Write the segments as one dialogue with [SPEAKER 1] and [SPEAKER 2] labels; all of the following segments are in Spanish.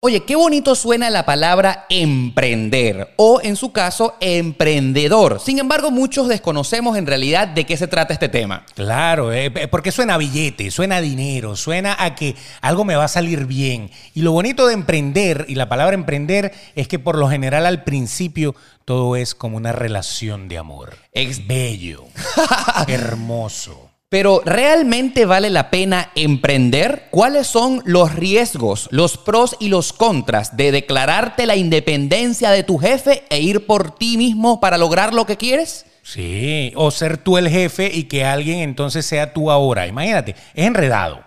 [SPEAKER 1] Oye, qué bonito suena la palabra emprender o en su caso emprendedor. Sin embargo, muchos desconocemos en realidad de qué se trata este tema.
[SPEAKER 2] Claro, eh, porque suena a billete, suena a dinero, suena a que algo me va a salir bien. Y lo bonito de emprender, y la palabra emprender, es que por lo general al principio todo es como una relación de amor.
[SPEAKER 1] Ex-
[SPEAKER 2] Es bello, hermoso.
[SPEAKER 1] Pero ¿realmente vale la pena emprender? ¿Cuáles son los riesgos, los pros y los contras de declararte la independencia de tu jefe e ir por ti mismo para lograr lo que quieres?
[SPEAKER 2] Sí, o ser tú el jefe y que alguien entonces sea tú ahora. Imagínate, es enredado.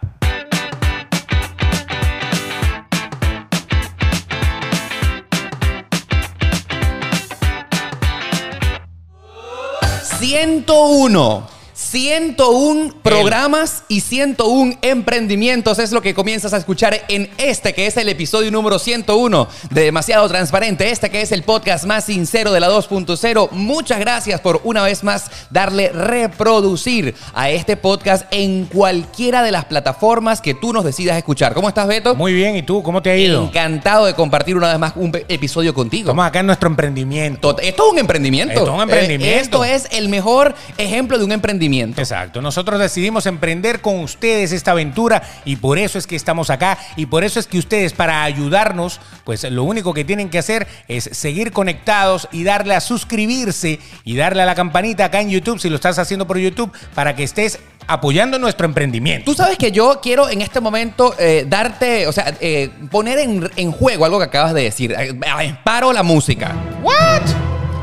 [SPEAKER 1] ¡101! 101 programas y 101 emprendimientos es lo que comienzas a escuchar en este que es el episodio número 101 de Demasiado Transparente, este que es el podcast más sincero de la 2.0. Muchas gracias por una vez más darle reproducir a este podcast en cualquiera de las plataformas que tú nos decidas escuchar. ¿Cómo estás, Beto?
[SPEAKER 2] Muy bien, ¿y tú cómo te ha ido?
[SPEAKER 1] Encantado de compartir una vez más un pe- episodio contigo.
[SPEAKER 2] Estamos acá en nuestro emprendimiento.
[SPEAKER 1] Tot- Esto es un emprendimiento.
[SPEAKER 2] Esto es un emprendimiento.
[SPEAKER 1] Eh, Esto es el mejor ejemplo de un emprendimiento.
[SPEAKER 2] Exacto, nosotros decidimos emprender con ustedes esta aventura y por eso es que estamos acá y por eso es que ustedes para ayudarnos, pues lo único que tienen que hacer es seguir conectados y darle a suscribirse y darle a la campanita acá en YouTube si lo estás haciendo por YouTube para que estés apoyando nuestro emprendimiento.
[SPEAKER 1] Tú sabes que yo quiero en este momento eh, darte, o sea, eh, poner en, en juego algo que acabas de decir. Eh, eh, Paro la música.
[SPEAKER 2] ¿What?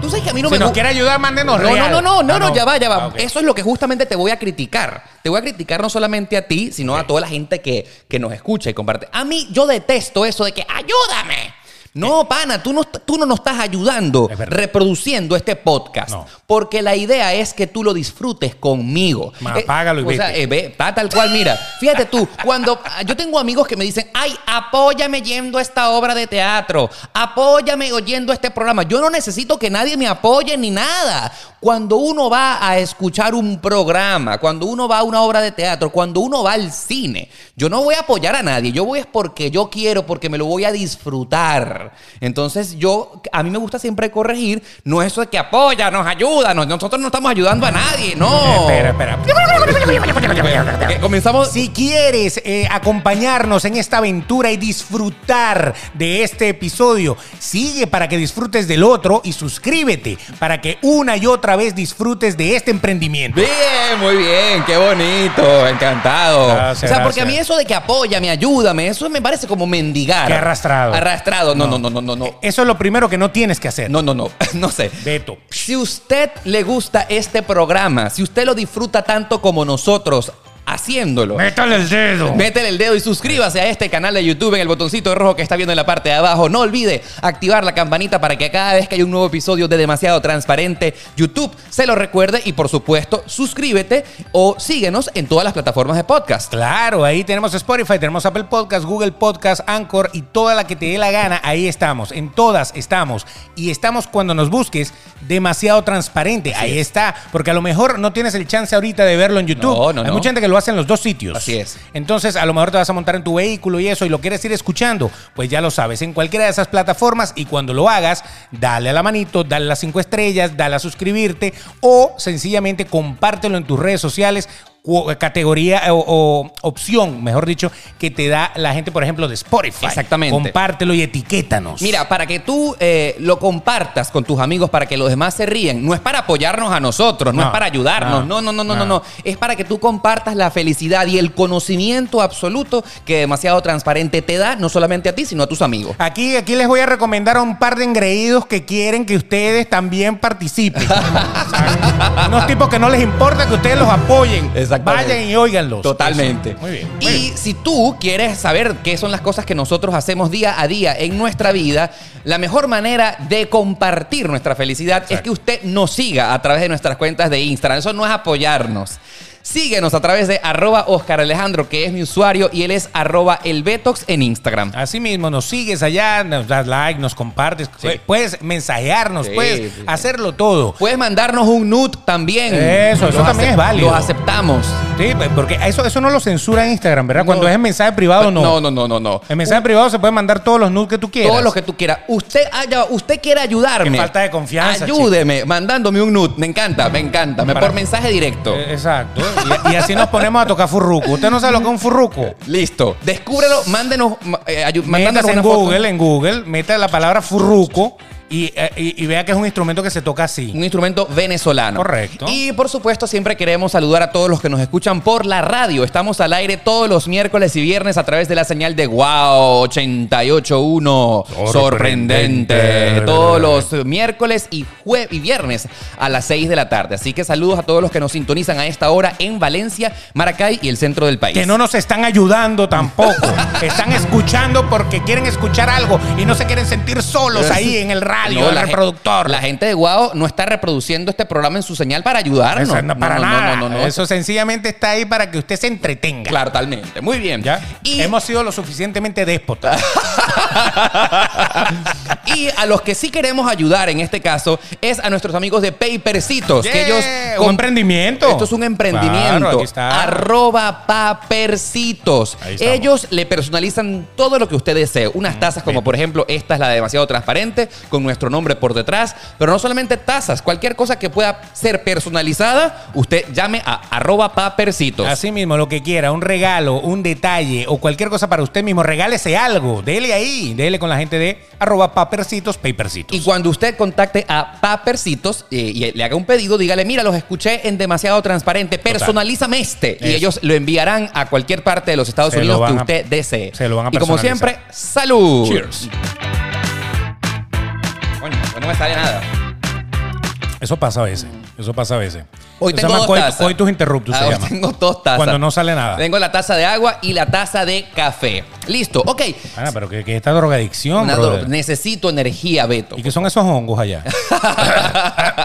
[SPEAKER 1] Tú sabes que a mí no
[SPEAKER 2] si
[SPEAKER 1] me
[SPEAKER 2] nos
[SPEAKER 1] gu-
[SPEAKER 2] quiere ayudar, mándenos
[SPEAKER 1] No, no,
[SPEAKER 2] real.
[SPEAKER 1] no, no, no,
[SPEAKER 2] Ah,
[SPEAKER 1] no, ya va, ya va.
[SPEAKER 2] Ah, ok.
[SPEAKER 1] Eso es lo que justamente te voy a criticar. Te voy a criticar no solamente a ti, sino a toda la gente que, que nos escucha y comparte. A mí, yo detesto eso de que ayúdame. No, pana, tú no, est- tú no nos estás ayudando
[SPEAKER 2] Es verdad.
[SPEAKER 1] reproduciendo este podcast.
[SPEAKER 2] No.
[SPEAKER 1] Porque la idea es que tú lo disfrutes conmigo.
[SPEAKER 2] Ma, apágalo y
[SPEAKER 1] o sea,
[SPEAKER 2] vete.
[SPEAKER 1] eh, ve, está tal cual, mira. Fíjate tú, cuando ah, yo tengo amigos que me dicen, ay, apóyame yendo a esta obra de teatro, apóyame oyendo este programa. Yo no necesito que nadie me apoye ni nada. Cuando uno va a escuchar un programa, cuando uno va a una obra de teatro, cuando uno va al cine, yo no voy a apoyar a nadie. Yo voy es porque yo quiero, porque me lo voy a disfrutar. Entonces yo, a mí me gusta siempre corregir, no eso de que apóyanos, ayúdanos. Nosotros no estamos ayudando a nadie, no.
[SPEAKER 2] Espera, espera.
[SPEAKER 1] Ok, comenzamos.
[SPEAKER 2] Si quieres eh, acompañarnos en esta aventura y disfrutar de este episodio, sigue para que disfrutes del otro y suscríbete para que una y otra vez disfrutes de este emprendimiento.
[SPEAKER 1] Bien, muy bien, qué bonito, encantado.
[SPEAKER 2] Gracias,
[SPEAKER 1] o sea, porque a
[SPEAKER 2] gracias.
[SPEAKER 1] mí eso de que apoya, me ayúdame, eso me parece como mendigar.
[SPEAKER 2] Qué arrastrado.
[SPEAKER 1] Arrastrado, no, no, no, no, no, no,
[SPEAKER 2] Eso es lo primero que no tienes que hacer.
[SPEAKER 1] no, no, no, no sé.
[SPEAKER 2] Beto.
[SPEAKER 1] Si usted le gusta este programa, si usted lo disfruta tanto como nosotros haciéndolo,
[SPEAKER 2] Métale el dedo.
[SPEAKER 1] Métele el dedo y suscríbase a este canal de YouTube en el botoncito rojo que está viendo en la parte de abajo. No olvide activar la campanita para que cada vez que hay un nuevo episodio de Demasiado Transparente, YouTube se lo recuerde y por supuesto suscríbete o síguenos en todas las plataformas de podcast.
[SPEAKER 2] Claro, ahí tenemos Spotify, tenemos Apple Podcast, Google Podcast, Anchor y toda la que te dé la gana, ahí estamos, en todas estamos. Y estamos cuando nos busques demasiado transparente, ahí está, porque a lo mejor no tienes el chance ahorita de verlo en YouTube.
[SPEAKER 1] No, no,
[SPEAKER 2] Hay
[SPEAKER 1] no.
[SPEAKER 2] mucha gente que lo hace en los dos sitios.
[SPEAKER 1] Así es.
[SPEAKER 2] Entonces, a lo mejor te vas a montar en tu vehículo y eso y lo quieres ir escuchando, pues ya lo sabes, en cualquiera de esas plataformas y cuando lo hagas, dale a la manito, dale las cinco estrellas, dale a suscribirte o sencillamente compártelo en tus redes sociales cu- categoría eh, o, o opción, mejor dicho, que te da la gente, por ejemplo, de Spotify.
[SPEAKER 1] Exactamente.
[SPEAKER 2] Compártelo y etiquétanos.
[SPEAKER 1] Mira, para que tú eh, lo compartas con tus amigos, para que los demás se ríen, no es para apoyarnos a nosotros, no,
[SPEAKER 2] No,
[SPEAKER 1] es para ayudarnos, no,
[SPEAKER 2] no,
[SPEAKER 1] no, no, no, no,
[SPEAKER 2] no.
[SPEAKER 1] no, es para que tú compartas la felicidad y el conocimiento absoluto que demasiado transparente te da, no solamente a ti, sino a tus amigos.
[SPEAKER 2] Aquí, aquí les voy a recomendar a un par de engreídos que quieren que ustedes también participen. ¿Saben? Unos tipos que no les importa que ustedes los apoyen.
[SPEAKER 1] Exactamente.
[SPEAKER 2] Vayan y óiganlos.
[SPEAKER 1] Totalmente.
[SPEAKER 2] Eso. Muy bien.
[SPEAKER 1] y
[SPEAKER 2] muy bien.
[SPEAKER 1] si tú quieres saber qué son las cosas que nosotros hacemos día a día en nuestra vida, la mejor manera de compartir nuestra felicidad es que usted nos siga a través de nuestras cuentas de Instagram. Eso no es apoyarnos. Síguenos a través de arroba Oscar Alejandro, que es mi usuario, y él es arroba el Betox en Instagram.
[SPEAKER 2] Así mismo, nos sigues allá, nos das like, nos compartes,
[SPEAKER 1] Sí.
[SPEAKER 2] pu- puedes mensajearnos,
[SPEAKER 1] Sí,
[SPEAKER 2] puedes
[SPEAKER 1] sí.
[SPEAKER 2] hacerlo todo.
[SPEAKER 1] Puedes mandarnos un nude también.
[SPEAKER 2] Eso, eso
[SPEAKER 1] Los
[SPEAKER 2] también
[SPEAKER 1] acep-
[SPEAKER 2] es válido.
[SPEAKER 1] Los aceptamos.
[SPEAKER 2] Sí, porque eso, eso no lo censura en Instagram, ¿verdad?
[SPEAKER 1] No.
[SPEAKER 2] Cuando es en mensaje privado, no.
[SPEAKER 1] no, no, no, no. no.
[SPEAKER 2] En mensaje privado se pueden mandar todos los nudes que tú quieras.
[SPEAKER 1] Todo lo que tú quieras. Usted, ah, ya va, usted quiere ayudarme.
[SPEAKER 2] Qué falta de confianza,
[SPEAKER 1] Ayúdeme mandándome un nude. Me encanta, me encanta. Me
[SPEAKER 2] Para-
[SPEAKER 1] por mensaje directo.
[SPEAKER 2] Eh, Exacto. Y, y así nos ponemos a tocar furruco. Usted no sabe lo que es un furruco.
[SPEAKER 1] Listo. Descúbrelo, mándenos, ma- eh, ayu- mandándonos
[SPEAKER 2] Métase en
[SPEAKER 1] una foto.
[SPEAKER 2] Google, en Google, meta la palabra furruco y, eh, y- y vea que es un instrumento que se toca así.
[SPEAKER 1] un instrumento venezolano.
[SPEAKER 2] Correcto.
[SPEAKER 1] Y por supuesto, siempre queremos saludar a todos los que nos escuchan por la radio. Estamos al aire todos los miércoles y viernes a través de la señal de Wow 881.
[SPEAKER 2] Sorprendente.
[SPEAKER 1] Sorprendente. Todos los miércoles y jue- y viernes a las 6 de la tarde. Así que saludos a todos los que nos sintonizan a esta hora en Valencia, Maracay y el centro del país.
[SPEAKER 2] Que no nos están ayudando tampoco. Están escuchando porque quieren escuchar algo y no se quieren sentir solos ahí en el radio,
[SPEAKER 1] No,
[SPEAKER 2] el
[SPEAKER 1] la gen-
[SPEAKER 2] reproductor.
[SPEAKER 1] La gente de Guau no está reproduciendo este programa en su señal para ayudarnos.
[SPEAKER 2] Esa- no, para
[SPEAKER 1] No, no,
[SPEAKER 2] nada.
[SPEAKER 1] no, no, no.
[SPEAKER 2] Eso sencillamente está ahí para que usted se entretenga.
[SPEAKER 1] Claro, totalmente. Muy bien.
[SPEAKER 2] ¿Ya?
[SPEAKER 1] Y,
[SPEAKER 2] Hemos sido lo suficientemente déspotas.
[SPEAKER 1] y a los que sí queremos ayudar en este caso es a nuestros amigos de Papercitos.
[SPEAKER 2] Yeah,
[SPEAKER 1] que ellos
[SPEAKER 2] un
[SPEAKER 1] con-
[SPEAKER 2] emprendimiento.
[SPEAKER 1] Esto es un emprendimiento.
[SPEAKER 2] Claro, aquí está.
[SPEAKER 1] Arroba Papercitos.
[SPEAKER 2] Ahí estamos. Mm,
[SPEAKER 1] Ellos le personalizan todo lo que usted desee. Unas tazas como por ejemplo esta es la de demasiado transparente con nuestro nombre por detrás. Pero no solamente tazas, cualquier cosa que pueda ser personalizada, usted llame a arroba Papercitos.
[SPEAKER 2] Así mismo, lo que quiera, un regalo, un detalle o cualquier cosa para usted mismo, regálese algo, dele ahí, dele con la gente de arroba papercitos, papercitos.
[SPEAKER 1] Y cuando usted contacte a Papercitos eh, y le haga un pedido, dígale, mira, los escuché en demasiado transparente, personalízame este. Y
[SPEAKER 2] Eso.
[SPEAKER 1] ellos lo enviarán a cualquier parte de los Estados
[SPEAKER 2] Se lo
[SPEAKER 1] Unidos que
[SPEAKER 2] van a-
[SPEAKER 1] usted desee.
[SPEAKER 2] se lo van a
[SPEAKER 1] Y como
[SPEAKER 2] personalizar.
[SPEAKER 1] siempre, salud.
[SPEAKER 2] Cheers.
[SPEAKER 1] Coño, pues no me sale nada.
[SPEAKER 2] Eso pasa a veces, eso pasa a veces.
[SPEAKER 1] Hoy
[SPEAKER 2] Se
[SPEAKER 1] tengo
[SPEAKER 2] llaman
[SPEAKER 1] dos
[SPEAKER 2] coit-
[SPEAKER 1] tazas.
[SPEAKER 2] coitus interruptus
[SPEAKER 1] Ah,
[SPEAKER 2] se
[SPEAKER 1] hoy
[SPEAKER 2] llama.
[SPEAKER 1] tengo dos tazas.
[SPEAKER 2] Cuando no sale nada.
[SPEAKER 1] Tengo la taza de agua y la taza de café. Listo, ok.
[SPEAKER 2] Ah, pero que, que esta drogadicción,
[SPEAKER 1] Una
[SPEAKER 2] brother.
[SPEAKER 1] do- necesito energía, Beto.
[SPEAKER 2] ¿Y qué son esos hongos allá?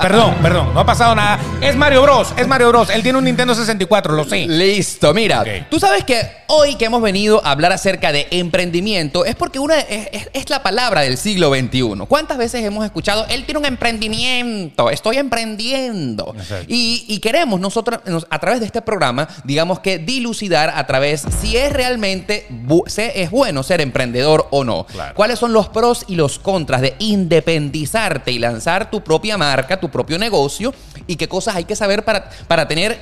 [SPEAKER 2] perdón, perdón, no ha pasado nada. Es Mario Bros, es Mario Bros. Él tiene un Nintendo 64, lo sé.
[SPEAKER 1] Listo, mira,
[SPEAKER 2] Ok.
[SPEAKER 1] tú sabes que hoy que hemos venido a hablar acerca de emprendimiento es porque una es, es- es la palabra del siglo XXI. ¿Cuántas veces hemos escuchado, él tiene un emprendimiento, estoy emprendiendo?
[SPEAKER 2] Exacto.
[SPEAKER 1] Y, y queremos nosotros, nos- a través de este programa, digamos que dilucidar a través si es realmente bu- se- es bueno ser emprendedor o no.
[SPEAKER 2] Claro.
[SPEAKER 1] ¿Cuáles son los pros y los contras de independizarte y lanzar tu propia marca, tu propio negocio? ¿Y qué cosas hay que saber para, para tener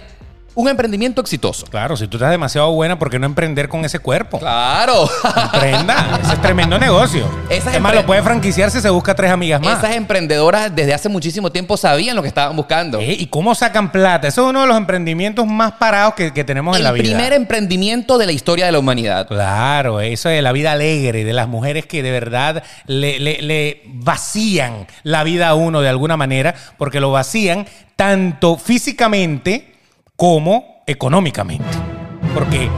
[SPEAKER 1] un emprendimiento exitoso?
[SPEAKER 2] Claro, si tú estás demasiado buena, ¿por qué no emprender con ese cuerpo?
[SPEAKER 1] Claro.
[SPEAKER 2] Emprenda, ese es tremendo negocio.
[SPEAKER 1] Esas
[SPEAKER 2] es más,
[SPEAKER 1] empre-
[SPEAKER 2] lo puede franquiciar si se busca tres amigas más.
[SPEAKER 1] Esas emprendedoras desde hace muchísimo tiempo sabían lo que estaban buscando.
[SPEAKER 2] Eh, ¿Y cómo sacan plata? Eso es uno de los emprendimientos más parados que, que tenemos en la
[SPEAKER 1] El
[SPEAKER 2] vida.
[SPEAKER 1] primer emprendimiento de la historia de la humanidad.
[SPEAKER 2] Claro, eso de la vida alegre, de las mujeres que de verdad le, le- le vacían la vida a uno de alguna manera, porque lo vacían tanto físicamente como económicamente. Porque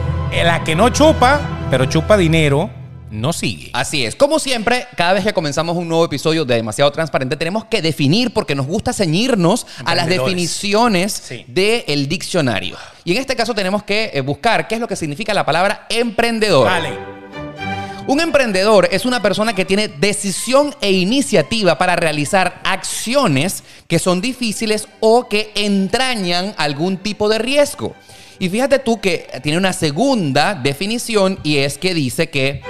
[SPEAKER 2] la que no chupa, pero chupa dinero, no sigue.
[SPEAKER 1] Así es. Como siempre, cada vez que comenzamos un nuevo episodio de Demasiado Transparente, tenemos que definir, porque nos gusta ceñirnos a las
[SPEAKER 2] Emprendedores.
[SPEAKER 1] definiciones
[SPEAKER 2] Sí.
[SPEAKER 1] del diccionario. Y en este caso tenemos que eh, buscar qué es lo que significa la palabra emprendedor.
[SPEAKER 2] Vale.
[SPEAKER 1] Un emprendedor es una persona que tiene decisión e iniciativa para realizar acciones que son difíciles o que entrañan algún tipo de riesgo. Y fíjate tú que tiene una segunda definición y es que dice que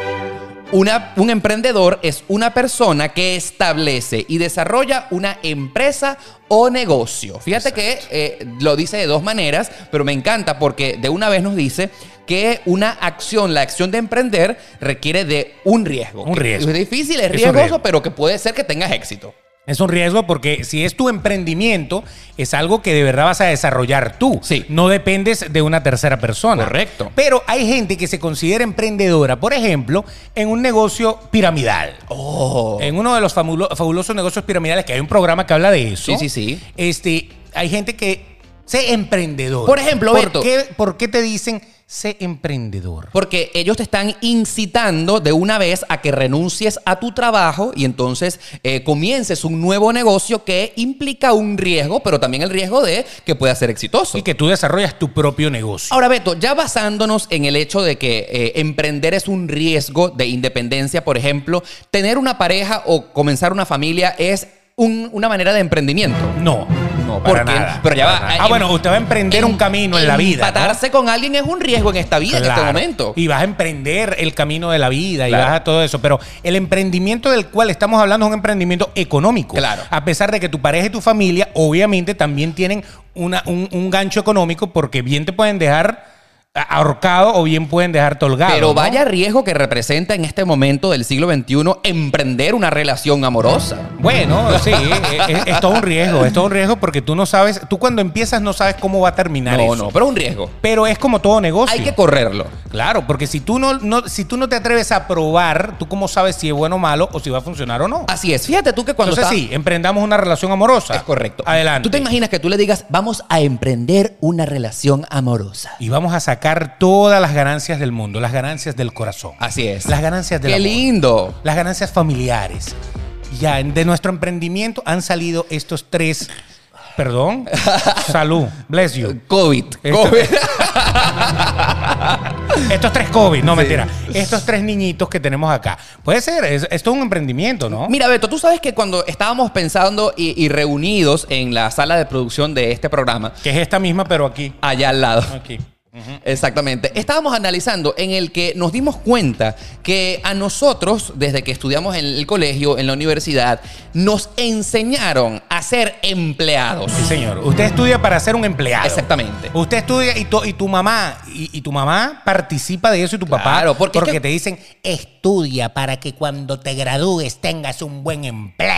[SPEAKER 1] una- un emprendedor es una persona que establece y desarrolla una empresa o negocio. Fíjate que eh, lo dice de dos maneras, pero me encanta porque de una vez nos dice que una acción, la acción de emprender, requiere de un riesgo.
[SPEAKER 2] Un
[SPEAKER 1] Que
[SPEAKER 2] riesgo.
[SPEAKER 1] Es difícil, es,
[SPEAKER 2] Es un
[SPEAKER 1] riesgoso,
[SPEAKER 2] riesgo.
[SPEAKER 1] pero que puede ser que tengas éxito.
[SPEAKER 2] Es un riesgo porque si es tu emprendimiento, es algo que de verdad vas a desarrollar tú.
[SPEAKER 1] Sí.
[SPEAKER 2] No dependes de una tercera persona.
[SPEAKER 1] Correcto.
[SPEAKER 2] Pero hay gente que se considera emprendedora, por ejemplo, en un negocio piramidal.
[SPEAKER 1] Oh.
[SPEAKER 2] En uno de los famulo- fabulosos negocios piramidales, que hay un programa que habla de eso.
[SPEAKER 1] Sí, sí, sí.
[SPEAKER 2] Este, hay gente que se emprendedora.
[SPEAKER 1] Por ejemplo,
[SPEAKER 2] ¿Por
[SPEAKER 1] Beto.
[SPEAKER 2] Qué, ¿Por qué te dicen sé emprendedor.
[SPEAKER 1] Porque ellos te están incitando de una vez a que renuncies a tu trabajo y entonces eh, comiences un nuevo negocio que implica un riesgo, pero también el riesgo de que pueda ser exitoso.
[SPEAKER 2] Y que tú desarrollas tu propio negocio.
[SPEAKER 1] Ahora, Beto, ya basándonos en el hecho de que eh, emprender es un riesgo de independencia, por ejemplo, tener una pareja o comenzar una familia es un- una manera de emprendimiento.
[SPEAKER 2] No, no, para
[SPEAKER 1] porque-
[SPEAKER 2] nada.
[SPEAKER 1] pero ya
[SPEAKER 2] para
[SPEAKER 1] va,
[SPEAKER 2] nada.
[SPEAKER 1] eh,
[SPEAKER 2] Ah,
[SPEAKER 1] em-
[SPEAKER 2] bueno, usted va a emprender un
[SPEAKER 1] Em-
[SPEAKER 2] camino en la vida. ¿no?
[SPEAKER 1] Empatarse con alguien es un riesgo en esta vida, en
[SPEAKER 2] Claro.
[SPEAKER 1] este momento.
[SPEAKER 2] Y vas a emprender el camino de la vida
[SPEAKER 1] Claro.
[SPEAKER 2] y vas a todo eso. Pero el emprendimiento del cual estamos hablando es un emprendimiento económico.
[SPEAKER 1] Claro.
[SPEAKER 2] A pesar de que tu pareja y tu familia, obviamente, también tienen una- un, un gancho económico porque bien te pueden dejar a- ahorcado o bien pueden dejar tolgado.
[SPEAKER 1] Pero
[SPEAKER 2] ¿no?
[SPEAKER 1] vaya riesgo que representa en este momento del siglo XXI emprender una relación amorosa.
[SPEAKER 2] Bueno, sí, e, es, es todo un riesgo, es todo un riesgo porque tú no sabes, tú cuando empiezas no sabes cómo va a terminar
[SPEAKER 1] No,
[SPEAKER 2] eso.
[SPEAKER 1] no, pero es un riesgo.
[SPEAKER 2] Pero es como todo negocio.
[SPEAKER 1] Hay que correrlo.
[SPEAKER 2] Claro, porque si tú no, no- si tú no te atreves a probar, tú cómo sabes si es bueno o malo o si va a funcionar o no.
[SPEAKER 1] Así es. Fíjate tú que cuando
[SPEAKER 2] Entonces
[SPEAKER 1] está-
[SPEAKER 2] sí, emprendamos una relación amorosa.
[SPEAKER 1] Es correcto.
[SPEAKER 2] Adelante.
[SPEAKER 1] ¿Tú te imaginas que tú le digas, vamos a emprender una relación amorosa?
[SPEAKER 2] Y vamos a sacar todas las ganancias del mundo, las ganancias del corazón,
[SPEAKER 1] Así es.
[SPEAKER 2] las ganancias del
[SPEAKER 1] ¡Qué
[SPEAKER 2] amor,
[SPEAKER 1] lindo!
[SPEAKER 2] las ganancias familiares. Ya de nuestro emprendimiento han salido estos tres. Perdón. Salud. Bless you.
[SPEAKER 1] COVID.
[SPEAKER 2] Esto-
[SPEAKER 1] COVID.
[SPEAKER 2] Estos tres COVID, no mentira. Estos tres niñitos que tenemos acá. Puede ser, es- esto es un emprendimiento, ¿no?
[SPEAKER 1] Mira, Beto, tú sabes que cuando estábamos pensando y, y reunidos en la sala de producción de este programa,
[SPEAKER 2] Que es esta misma, pero aquí.
[SPEAKER 1] allá al lado.
[SPEAKER 2] Aquí.
[SPEAKER 1] Exactamente. Estábamos analizando en el que nos dimos cuenta que a nosotros, desde que estudiamos en el colegio, en la universidad, nos enseñaron a ser empleados.
[SPEAKER 2] Sí, señor. Usted estudia para ser un empleado.
[SPEAKER 1] Exactamente.
[SPEAKER 2] Usted estudia y tu, y tu mamá y, y tu mamá participa de eso y tu
[SPEAKER 1] Claro,
[SPEAKER 2] papá
[SPEAKER 1] porque es que-
[SPEAKER 2] te dicen estudia para que cuando te gradúes tengas un buen empleo.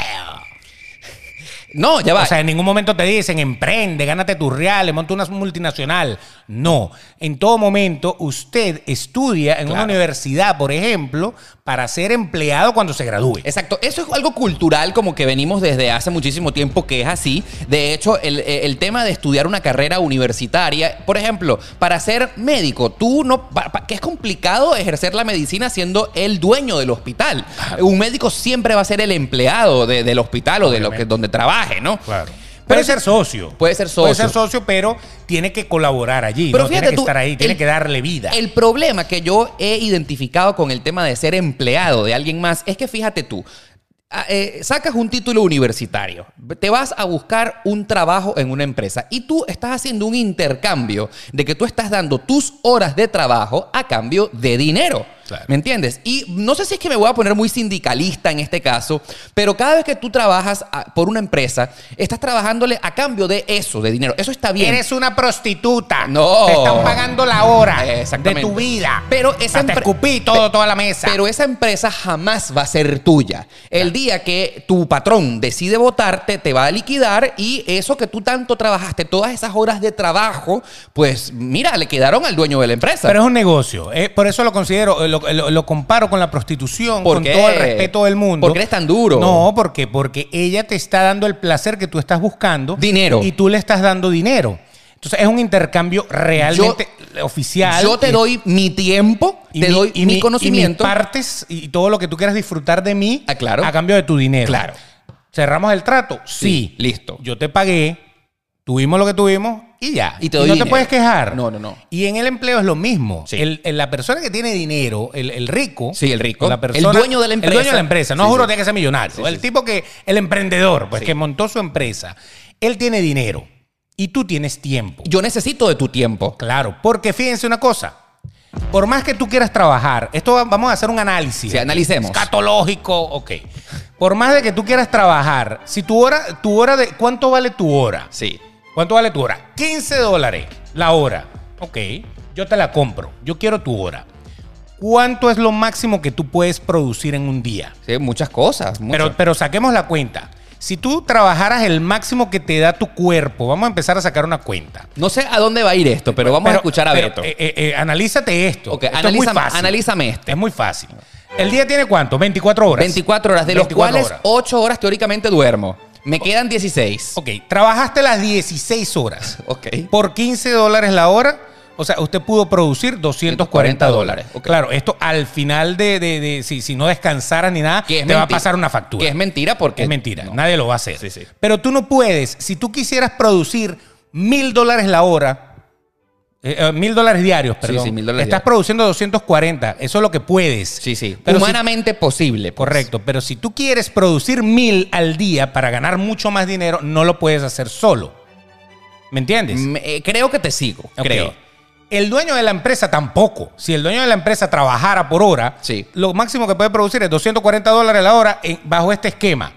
[SPEAKER 1] No, ya va.
[SPEAKER 2] O sea, en ningún momento te dicen emprende, gánate tus reales, monta una multinacional. No, en todo momento usted estudia en una
[SPEAKER 1] Claro.
[SPEAKER 2] universidad, por ejemplo, para ser empleado cuando se gradúe.
[SPEAKER 1] Exacto, eso es algo cultural como que venimos desde hace muchísimo tiempo que es así. De hecho, el, eh, el tema de estudiar una carrera universitaria, por ejemplo, para ser médico, tú no, pa- pa- que es complicado ejercer la medicina siendo el dueño del hospital. Un médico siempre va a ser el empleado de- del hospital o de lo que,
[SPEAKER 2] Obviamente.
[SPEAKER 1] donde trabaje, ¿no?
[SPEAKER 2] Puede
[SPEAKER 1] Pero
[SPEAKER 2] ser
[SPEAKER 1] sí-
[SPEAKER 2] socio.
[SPEAKER 1] puede ser
[SPEAKER 2] Puede
[SPEAKER 1] socio.
[SPEAKER 2] ser socio, pero tiene que colaborar allí.
[SPEAKER 1] Pero
[SPEAKER 2] ¿no?
[SPEAKER 1] fíjate
[SPEAKER 2] tiene que
[SPEAKER 1] tú,
[SPEAKER 2] estar ahí, tiene
[SPEAKER 1] el-
[SPEAKER 2] que darle vida.
[SPEAKER 1] El problema que yo he identificado con el tema de ser empleado de alguien más es que fíjate tú. a- eh, sacas un título universitario, te vas a buscar un trabajo en una empresa y tú estás haciendo un intercambio de que tú estás dando tus horas de trabajo a cambio de dinero.
[SPEAKER 2] Claro.
[SPEAKER 1] ¿Me entiendes? Y no sé si es que me voy a poner muy sindicalista en este caso, pero cada vez que tú trabajas a- por una empresa, estás trabajándole a cambio de eso, de dinero. Eso está bien.
[SPEAKER 2] Eres una prostituta.
[SPEAKER 1] No.
[SPEAKER 2] Te están pagando la hora
[SPEAKER 1] Exactamente.
[SPEAKER 2] de tu vida.
[SPEAKER 1] Pero esa
[SPEAKER 2] Hasta
[SPEAKER 1] empre-
[SPEAKER 2] escupí todo, toda la mesa.
[SPEAKER 1] Pero esa empresa jamás va a ser tuya. El día que tu patrón decide votarte, te va a liquidar y eso que tú tanto trabajaste, todas esas horas de trabajo, pues mira, le quedaron al dueño de la empresa.
[SPEAKER 2] Pero es un negocio. eh, por eso lo considero, eh, lo, lo- lo comparo con la prostitución,
[SPEAKER 1] ¿Por
[SPEAKER 2] con
[SPEAKER 1] qué?
[SPEAKER 2] todo el respeto del mundo.
[SPEAKER 1] ¿Por qué eres tan duro?
[SPEAKER 2] No, porque, porque ella te está dando el placer que tú estás buscando.
[SPEAKER 1] Dinero.
[SPEAKER 2] Y tú le estás dando dinero. Entonces es un intercambio realmente oficial.
[SPEAKER 1] Yo te
[SPEAKER 2] Y-
[SPEAKER 1] doy mi tiempo,
[SPEAKER 2] y
[SPEAKER 1] te doy mi,
[SPEAKER 2] y
[SPEAKER 1] conocimiento.
[SPEAKER 2] Y mis partes y todo lo que tú quieras disfrutar de mí
[SPEAKER 1] Ah, claro.
[SPEAKER 2] a cambio de tu dinero.
[SPEAKER 1] Claro.
[SPEAKER 2] ¿Cerramos el trato?
[SPEAKER 1] Sí,
[SPEAKER 2] Sí.
[SPEAKER 1] listo.
[SPEAKER 2] Yo te pagué, tuvimos lo que tuvimos y ya.
[SPEAKER 1] Y te doy
[SPEAKER 2] no
[SPEAKER 1] dinero.
[SPEAKER 2] te puedes quejar.
[SPEAKER 1] No, no, no.
[SPEAKER 2] Y en el empleo es lo mismo.
[SPEAKER 1] Sí.
[SPEAKER 2] El- el- la persona que tiene dinero, el, el rico.
[SPEAKER 1] Sí, el rico.
[SPEAKER 2] o la
[SPEAKER 1] El
[SPEAKER 2] persona-
[SPEAKER 1] dueño de la
[SPEAKER 2] El dueño
[SPEAKER 1] empresa.
[SPEAKER 2] de la empresa. No
[SPEAKER 1] Sí,
[SPEAKER 2] juro
[SPEAKER 1] sí.
[SPEAKER 2] tiene que ser millonario. el tipo que, el emprendedor, pues
[SPEAKER 1] Sí.
[SPEAKER 2] que montó su empresa. Él tiene dinero y tú tienes tiempo.
[SPEAKER 1] Yo necesito de tu tiempo.
[SPEAKER 2] Claro, porque fíjense una cosa. Por más que tú quieras trabajar, esto va- vamos a hacer un análisis.
[SPEAKER 1] Sí, analicemos.
[SPEAKER 2] Escatológico, ok. Por más de que tú quieras trabajar, si tu hora, tu hora de. ¿Cuánto vale tu hora?
[SPEAKER 1] Sí.
[SPEAKER 2] ¿Cuánto vale tu hora? 15 dólares la hora. Ok, yo te la compro. Yo quiero tu hora. ¿Cuánto es lo máximo que tú puedes producir en un día?
[SPEAKER 1] Sí, muchas cosas. muchas.
[SPEAKER 2] Pero, pero saquemos la cuenta. Si tú trabajaras el máximo que te da tu cuerpo, vamos a empezar a sacar una cuenta.
[SPEAKER 1] no sé a dónde va a ir esto, pero vamos a
[SPEAKER 2] Pero-
[SPEAKER 1] escuchar a
[SPEAKER 2] pero,
[SPEAKER 1] Beto.
[SPEAKER 2] eh, eh, eh, analízate esto.
[SPEAKER 1] Ok,
[SPEAKER 2] Esto es
[SPEAKER 1] analízame,
[SPEAKER 2] muy fácil.
[SPEAKER 1] analízame este.
[SPEAKER 2] Es muy fácil. ¿El día tiene cuánto? 24 horas.
[SPEAKER 1] 24 horas, de
[SPEAKER 2] 24
[SPEAKER 1] los cuales
[SPEAKER 2] horas.
[SPEAKER 1] 8 horas teóricamente duermo. Me quedan 16.
[SPEAKER 2] Ok, trabajaste las 16 horas.
[SPEAKER 1] Ok.
[SPEAKER 2] Por 15 dólares la hora, O sea, usted pudo producir 240 dólares.
[SPEAKER 1] Ok.
[SPEAKER 2] Claro, esto al final de, de- de- si, si no descansaras ni nada,
[SPEAKER 1] Que
[SPEAKER 2] te
[SPEAKER 1] es
[SPEAKER 2] va a
[SPEAKER 1] mentira.
[SPEAKER 2] pasar una factura.
[SPEAKER 1] Que es mentira porque.
[SPEAKER 2] Es mentira,
[SPEAKER 1] Eh, No.
[SPEAKER 2] nadie lo va a hacer.
[SPEAKER 1] Sí, sí.
[SPEAKER 2] Pero tú no puedes, si tú quisieras producir mil dólares la hora, eh, eh, mil dólares diarios, perdón.
[SPEAKER 1] sí, $1,000
[SPEAKER 2] Estás
[SPEAKER 1] diarios.
[SPEAKER 2] produciendo 240, eso es lo que puedes.
[SPEAKER 1] Sí, sí.
[SPEAKER 2] Pero si-
[SPEAKER 1] Humanamente posible. pues.
[SPEAKER 2] correcto, pero si tú quieres producir mil al día para ganar mucho más dinero, no lo puedes hacer solo. ¿Me entiendes?
[SPEAKER 1] Mm, eh, creo que te sigo.
[SPEAKER 2] Ok.
[SPEAKER 1] Creo.
[SPEAKER 2] El dueño de la empresa tampoco. Si el dueño de la empresa trabajara por hora,
[SPEAKER 1] Sí.
[SPEAKER 2] lo máximo que puede producir es 240 dólares la hora en- bajo este esquema.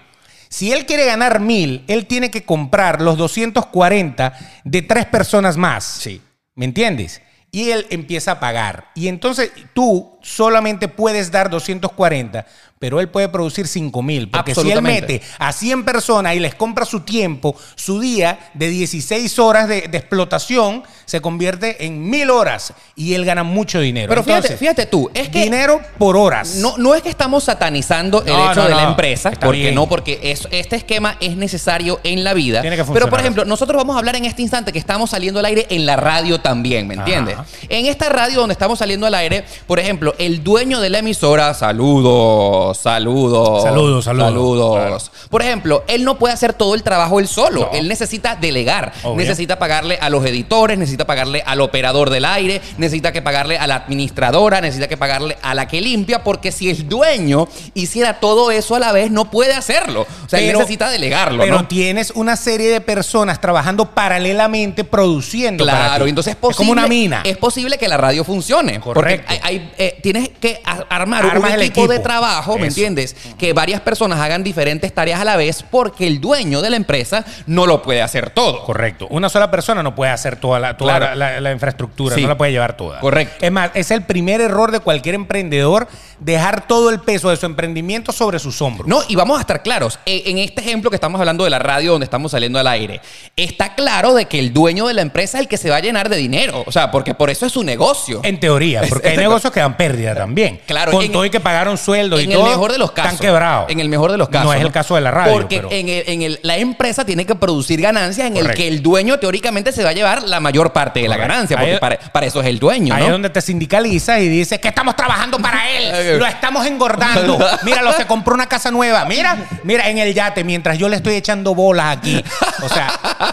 [SPEAKER 2] Si él quiere ganar mil, él tiene que comprar los 240 de tres personas más.
[SPEAKER 1] Sí.
[SPEAKER 2] ¿Me entiendes? Y él empieza a pagar. Y entonces tú solamente puedes dar 240, pero él puede producir 5 mil. Porque si él
[SPEAKER 1] Absolutamente.
[SPEAKER 2] mete a 100 personas y les compra su tiempo, su día de 16 horas de, de explotación, se convierte en mil horas y él gana mucho dinero.
[SPEAKER 1] Pero fíjate,
[SPEAKER 2] Entonces,
[SPEAKER 1] fíjate tú, es que
[SPEAKER 2] Dinero por horas.
[SPEAKER 1] No, no es que estamos satanizando el
[SPEAKER 2] No,
[SPEAKER 1] hecho
[SPEAKER 2] no,
[SPEAKER 1] de la
[SPEAKER 2] no.
[SPEAKER 1] empresa,
[SPEAKER 2] Está
[SPEAKER 1] porque
[SPEAKER 2] bien.
[SPEAKER 1] no, porque es- este esquema es necesario en la vida.
[SPEAKER 2] Tiene que
[SPEAKER 1] Pero, por
[SPEAKER 2] funcionar
[SPEAKER 1] ejemplo, nosotros vamos a hablar en este instante que estamos saliendo al aire en la radio también, ¿me entiendes?
[SPEAKER 2] Ajá.
[SPEAKER 1] En esta radio donde estamos saliendo al aire, por ejemplo, el dueño de la emisora, saludos, saludos.
[SPEAKER 2] Saludos, saludos.
[SPEAKER 1] saludos. Por ejemplo, él no puede hacer todo el trabajo él solo.
[SPEAKER 2] No.
[SPEAKER 1] Él necesita delegar.
[SPEAKER 2] Obvio.
[SPEAKER 1] Necesita pagarle a los editores, necesita pagarle al operador del aire, necesita que pagarle a la administradora, necesita que pagarle a la que limpia, porque si el dueño hiciera todo eso a la vez, no puede hacerlo. O sea, él
[SPEAKER 2] Pero-
[SPEAKER 1] necesita delegarlo,
[SPEAKER 2] Pero
[SPEAKER 1] ¿no?
[SPEAKER 2] tienes una serie de personas trabajando paralelamente produciendo. para
[SPEAKER 1] Claro, y
[SPEAKER 2] ti.
[SPEAKER 1] entonces es
[SPEAKER 2] Es
[SPEAKER 1] posible.
[SPEAKER 2] como una mina.
[SPEAKER 1] Es posible que la radio funcione.
[SPEAKER 2] Correcto.
[SPEAKER 1] Porque hay- hay, eh, tienes que a- armar
[SPEAKER 2] Armas
[SPEAKER 1] un
[SPEAKER 2] el
[SPEAKER 1] equipo, de
[SPEAKER 2] equipo.
[SPEAKER 1] trabajo, ¿me
[SPEAKER 2] Eso.
[SPEAKER 1] entiendes? Que varias personas hagan diferentes tareas a la vez porque el dueño de la empresa no lo puede hacer todo.
[SPEAKER 2] Correcto. Una sola persona no puede hacer toda la, toda
[SPEAKER 1] Claro.
[SPEAKER 2] la- la- la infraestructura,
[SPEAKER 1] Sí.
[SPEAKER 2] no la puede llevar toda.
[SPEAKER 1] Correcto.
[SPEAKER 2] Es más, es el primer error de cualquier emprendedor dejar todo el peso de su emprendimiento sobre sus hombros.
[SPEAKER 1] No, y vamos a estar claros. E- En este ejemplo que estamos hablando de la radio donde estamos saliendo al aire, está claro de que el dueño de la empresa es el que se va a llenar de dinero. O sea, porque por eso es su negocio.
[SPEAKER 2] En teoría, porque hay negocios que dan pérdida también.
[SPEAKER 1] Claro,
[SPEAKER 2] Con
[SPEAKER 1] en-
[SPEAKER 2] todo y que pagaron sueldos y
[SPEAKER 1] en
[SPEAKER 2] todo.
[SPEAKER 1] el mejor de los casos.
[SPEAKER 2] Están quebrados.
[SPEAKER 1] En el mejor de los casos.
[SPEAKER 2] No es el caso de la radio.
[SPEAKER 1] Porque
[SPEAKER 2] pero-
[SPEAKER 1] en el- en el- la empresa tiene que producir ganancias en el
[SPEAKER 2] Correcto.
[SPEAKER 1] que el dueño teóricamente se va a llevar la mayor parte de la
[SPEAKER 2] Correcto.
[SPEAKER 1] ganancia. Porque
[SPEAKER 2] Ahí-
[SPEAKER 1] para, para eso es el dueño,
[SPEAKER 2] Ahí
[SPEAKER 1] ¿no?
[SPEAKER 2] es donde te sindicalizas y dices que estamos trabajando para él, lo estamos engordando. Mira, lo se compró una casa nueva. Mira, mira en el yate mientras yo le estoy echando bolas aquí. O sea,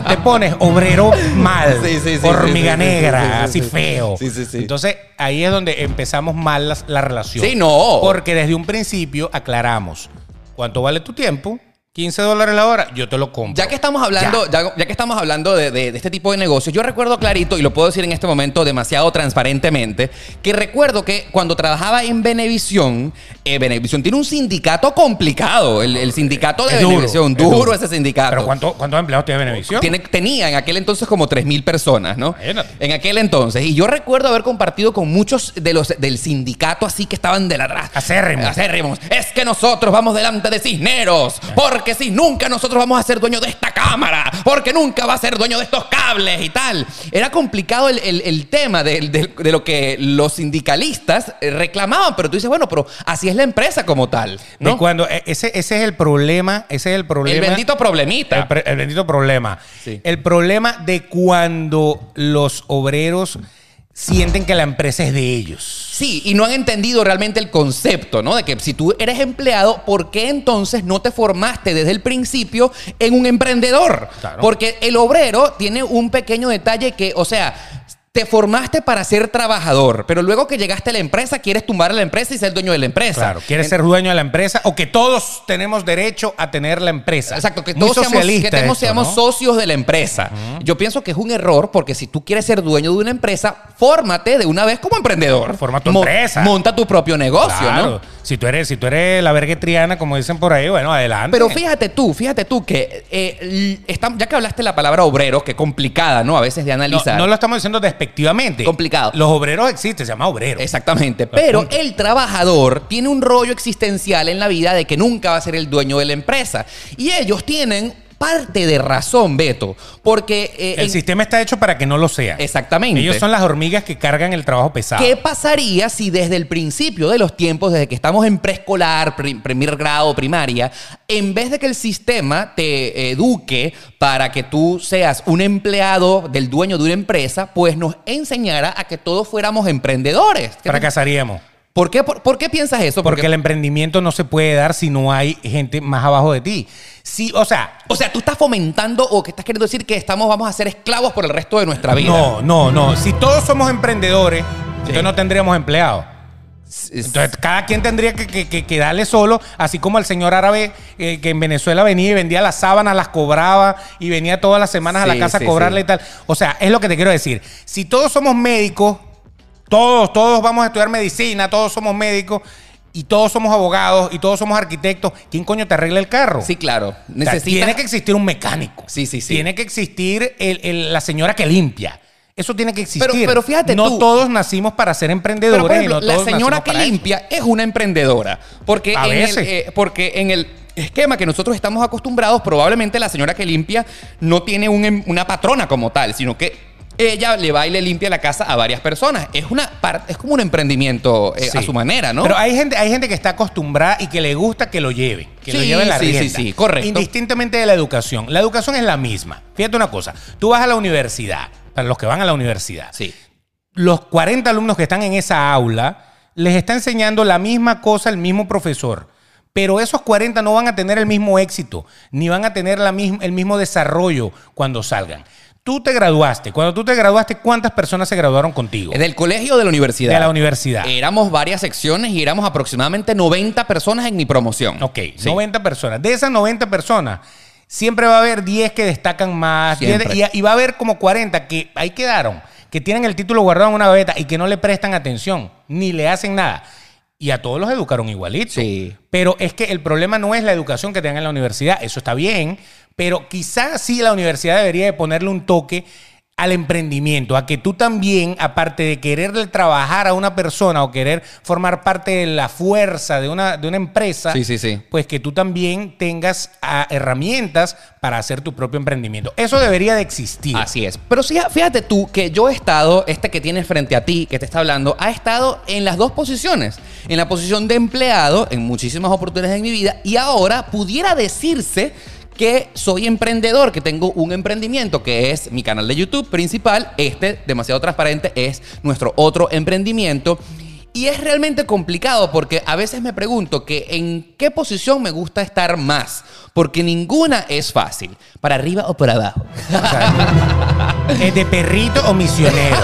[SPEAKER 2] te pones obrero mal,
[SPEAKER 1] Sí, sí, sí,
[SPEAKER 2] hormiga
[SPEAKER 1] sí, sí, sí,
[SPEAKER 2] negra,
[SPEAKER 1] sí, sí, sí.
[SPEAKER 2] así feo.
[SPEAKER 1] Sí, sí, sí.
[SPEAKER 2] Entonces, ahí es donde empezamos mal las- la, relación.
[SPEAKER 1] Sí, no.
[SPEAKER 2] Porque desde un principio aclaramos cuánto vale tu tiempo. 15 dólares la hora, yo te lo compro.
[SPEAKER 1] Ya que estamos hablando, ya, ya que estamos hablando de, de- de este tipo de negocios, yo recuerdo clarito, y lo puedo decir en este momento demasiado transparentemente, que recuerdo que cuando trabajaba en Benevisión, eh, Benevisión tiene un sindicato complicado. El, el sindicato de
[SPEAKER 2] Es duro,
[SPEAKER 1] Benevisión,
[SPEAKER 2] es
[SPEAKER 1] duro,
[SPEAKER 2] duro.
[SPEAKER 1] ese sindicato.
[SPEAKER 2] Pero ¿cuánto- ¿cuántos empleados tiene Benevisión?
[SPEAKER 1] Tiene- tenía en aquel entonces como 3.000 personas, ¿no?
[SPEAKER 2] Imagínate.
[SPEAKER 1] En aquel entonces. Y yo recuerdo haber compartido con muchos de los del sindicato así que estaban de la raza.
[SPEAKER 2] Acérrimos.
[SPEAKER 1] Acérrimos. Es que nosotros vamos delante de Cisneros. Porque si nunca nosotros vamos a ser dueños de esta cámara. Porque nunca va a ser dueño de estos cables y tal. Era complicado el, el- el tema del- del- de, lo que los sindicalistas eh, reclamaban. Pero tú dices, bueno, pero así es la empresa como tal.
[SPEAKER 2] De
[SPEAKER 1] ¿no?
[SPEAKER 2] cuando e- ese, ese es el problema, ese es el
[SPEAKER 1] El
[SPEAKER 2] problema.
[SPEAKER 1] bendito problemita.
[SPEAKER 2] el pre- el bendito problema.
[SPEAKER 1] Sí.
[SPEAKER 2] El problema de cuando los obreros sienten que la empresa es de ellos.
[SPEAKER 1] Sí, y no han entendido realmente el concepto, ¿no? De que si tú eres empleado, ¿por qué entonces no te formaste desde el principio en un emprendedor?
[SPEAKER 2] Claro.
[SPEAKER 1] Porque el obrero tiene un pequeño detalle que, o sea, te formaste para ser trabajador, pero luego que llegaste a la empresa, quieres tumbar a la empresa y ser dueño de la empresa.
[SPEAKER 2] Claro, quieres ser dueño de la empresa o que todos tenemos derecho a tener la empresa.
[SPEAKER 1] Exacto, que
[SPEAKER 2] Muy
[SPEAKER 1] todos seamos, que
[SPEAKER 2] socialista
[SPEAKER 1] todos
[SPEAKER 2] esto,
[SPEAKER 1] seamos
[SPEAKER 2] ¿no?
[SPEAKER 1] socios de la empresa. Yo pienso que es un error porque si tú quieres ser dueño de una empresa, fórmate de una vez como emprendedor.
[SPEAKER 2] Forma tu empresa.
[SPEAKER 1] Monta tu propio negocio,
[SPEAKER 2] Claro.
[SPEAKER 1] ¿no?
[SPEAKER 2] Si tú eres, si tú eres la verguetriana, como dicen por ahí, bueno, adelante.
[SPEAKER 1] Pero fíjate tú, fíjate tú que eh, l- estam- ya que hablaste la palabra obrero, que complicada, ¿no? A veces de
[SPEAKER 2] no,
[SPEAKER 1] analizar.
[SPEAKER 2] no lo estamos diciendo despectivamente.
[SPEAKER 1] Complicado.
[SPEAKER 2] Los obreros existen, se llama obrero.
[SPEAKER 1] Exactamente.
[SPEAKER 2] Los
[SPEAKER 1] Pero
[SPEAKER 2] puntos.
[SPEAKER 1] el trabajador tiene un rollo existencial en la vida de que nunca va a ser el dueño de la empresa. Y ellos tienen parte de razón, Beto, porque... eh,
[SPEAKER 2] El
[SPEAKER 1] en-
[SPEAKER 2] sistema está hecho para que no lo sea.
[SPEAKER 1] Exactamente.
[SPEAKER 2] Ellos son las hormigas que cargan el trabajo pesado.
[SPEAKER 1] ¿Qué pasaría si desde el principio de los tiempos, desde que estamos en preescolar, pri- primer grado, primaria, en vez de que el sistema te eh, eduque para que tú seas un empleado del dueño de una empresa, pues nos enseñara a que todos fuéramos emprendedores? ¿Qué te-
[SPEAKER 2] Fracasaríamos.
[SPEAKER 1] ¿Por qué, por, por qué piensas eso?
[SPEAKER 2] Porque el emprendimiento no se puede dar si no hay gente más abajo de ti. Sí, o sea,
[SPEAKER 1] o sea, tú estás fomentando o que estás queriendo decir que estamos, vamos a ser esclavos por el resto de nuestra vida.
[SPEAKER 2] no, no, no. Si todos somos emprendedores, entonces no tendríamos empleados.
[SPEAKER 1] Es-
[SPEAKER 2] Entonces, cada quien tendría que, que- que quedarle solo, así como el señor árabe eh, que en Venezuela venía y vendía las sábanas, las cobraba y venía todas las semanas a la
[SPEAKER 1] Sí,
[SPEAKER 2] casa
[SPEAKER 1] sí,
[SPEAKER 2] a cobrarle
[SPEAKER 1] sí.
[SPEAKER 2] y tal. O sea, es lo que te quiero decir. Si todos somos médicos, todos, todos vamos a estudiar medicina, todos somos médicos y todos somos abogados y todos somos arquitectos, ¿quién coño te arregla el carro?
[SPEAKER 1] sí, claro.
[SPEAKER 2] O sea,
[SPEAKER 1] Necesitas...
[SPEAKER 2] Tiene que existir un mecánico.
[SPEAKER 1] Sí, sí, sí.
[SPEAKER 2] Tiene que existir el- el- la señora que limpia. Eso tiene que existir.
[SPEAKER 1] pero fíjate
[SPEAKER 2] No
[SPEAKER 1] tú-
[SPEAKER 2] todos nacimos para ser emprendedores.
[SPEAKER 1] Pero, por ejemplo,
[SPEAKER 2] y no todos
[SPEAKER 1] la señora
[SPEAKER 2] nacimos
[SPEAKER 1] que
[SPEAKER 2] para eso.
[SPEAKER 1] limpia es una emprendedora. Porque
[SPEAKER 2] A
[SPEAKER 1] en
[SPEAKER 2] veces.
[SPEAKER 1] El, eh, porque en el esquema que nosotros estamos acostumbrados, probablemente la señora que limpia no tiene un em- una patrona como tal, sino que ella le va y le limpia la casa a varias personas. Es una par- es como un emprendimiento eh,
[SPEAKER 2] Sí.
[SPEAKER 1] a su manera, ¿no?
[SPEAKER 2] Pero ah, hay gente, hay gente que está acostumbrada y que le gusta que lo lleve, que lo
[SPEAKER 1] Sí,
[SPEAKER 2] lleve la
[SPEAKER 1] sí, sí,
[SPEAKER 2] rienda.
[SPEAKER 1] sí, correcto.
[SPEAKER 2] Indistintamente de la educación. La educación es la misma. Fíjate una cosa, tú vas a la universidad, para los que van a la universidad,
[SPEAKER 1] sí.
[SPEAKER 2] los 40 alumnos que están en esa aula les está enseñando la misma cosa el mismo profesor. Pero esos 40 no van a tener el mismo éxito, ni van a tener la mis- el mismo desarrollo cuando salgan. Tú te graduaste. Cuando tú te graduaste, ¿cuántas personas se graduaron contigo?
[SPEAKER 1] Del colegio o de la universidad.
[SPEAKER 2] De la universidad.
[SPEAKER 1] Éramos varias secciones y éramos aproximadamente 90 personas en mi promoción.
[SPEAKER 2] Ok,
[SPEAKER 1] Sí.
[SPEAKER 2] 90 personas. De esas 90 personas, siempre va a haber 10 que destacan más. 10
[SPEAKER 1] Siempre.
[SPEAKER 2] de- y, y va a haber como 40 que ahí quedaron, que tienen el título guardado en una gaveta y que no le prestan atención, ni le hacen nada. Y a todos los educaron igualito.
[SPEAKER 1] Sí.
[SPEAKER 2] Pero es que el problema no es la educación que tengan en la universidad, eso está bien, pero quizás sí la universidad debería de ponerle un toque al emprendimiento, a que tú también, aparte de quererle trabajar a una persona o querer formar parte de la fuerza de una, de una empresa,
[SPEAKER 1] Sí, sí, sí.
[SPEAKER 2] pues que tú también tengas ah, herramientas para hacer tu propio emprendimiento. Eso debería de existir.
[SPEAKER 1] Así es. Pero Ah, sí, fíjate tú que yo he estado, este que tienes frente a ti, que te está hablando, ha estado en las dos posiciones. En la posición de empleado, en muchísimas oportunidades de mi vida, y ahora pudiera decirse que soy emprendedor, que tengo un emprendimiento que es mi canal de YouTube principal, este, demasiado transparente, es nuestro otro emprendimiento. Y es realmente complicado porque a veces me pregunto que en qué posición me gusta estar más, porque ninguna es fácil, para arriba o para abajo.
[SPEAKER 2] O sea, ¿es de perrito o misionero?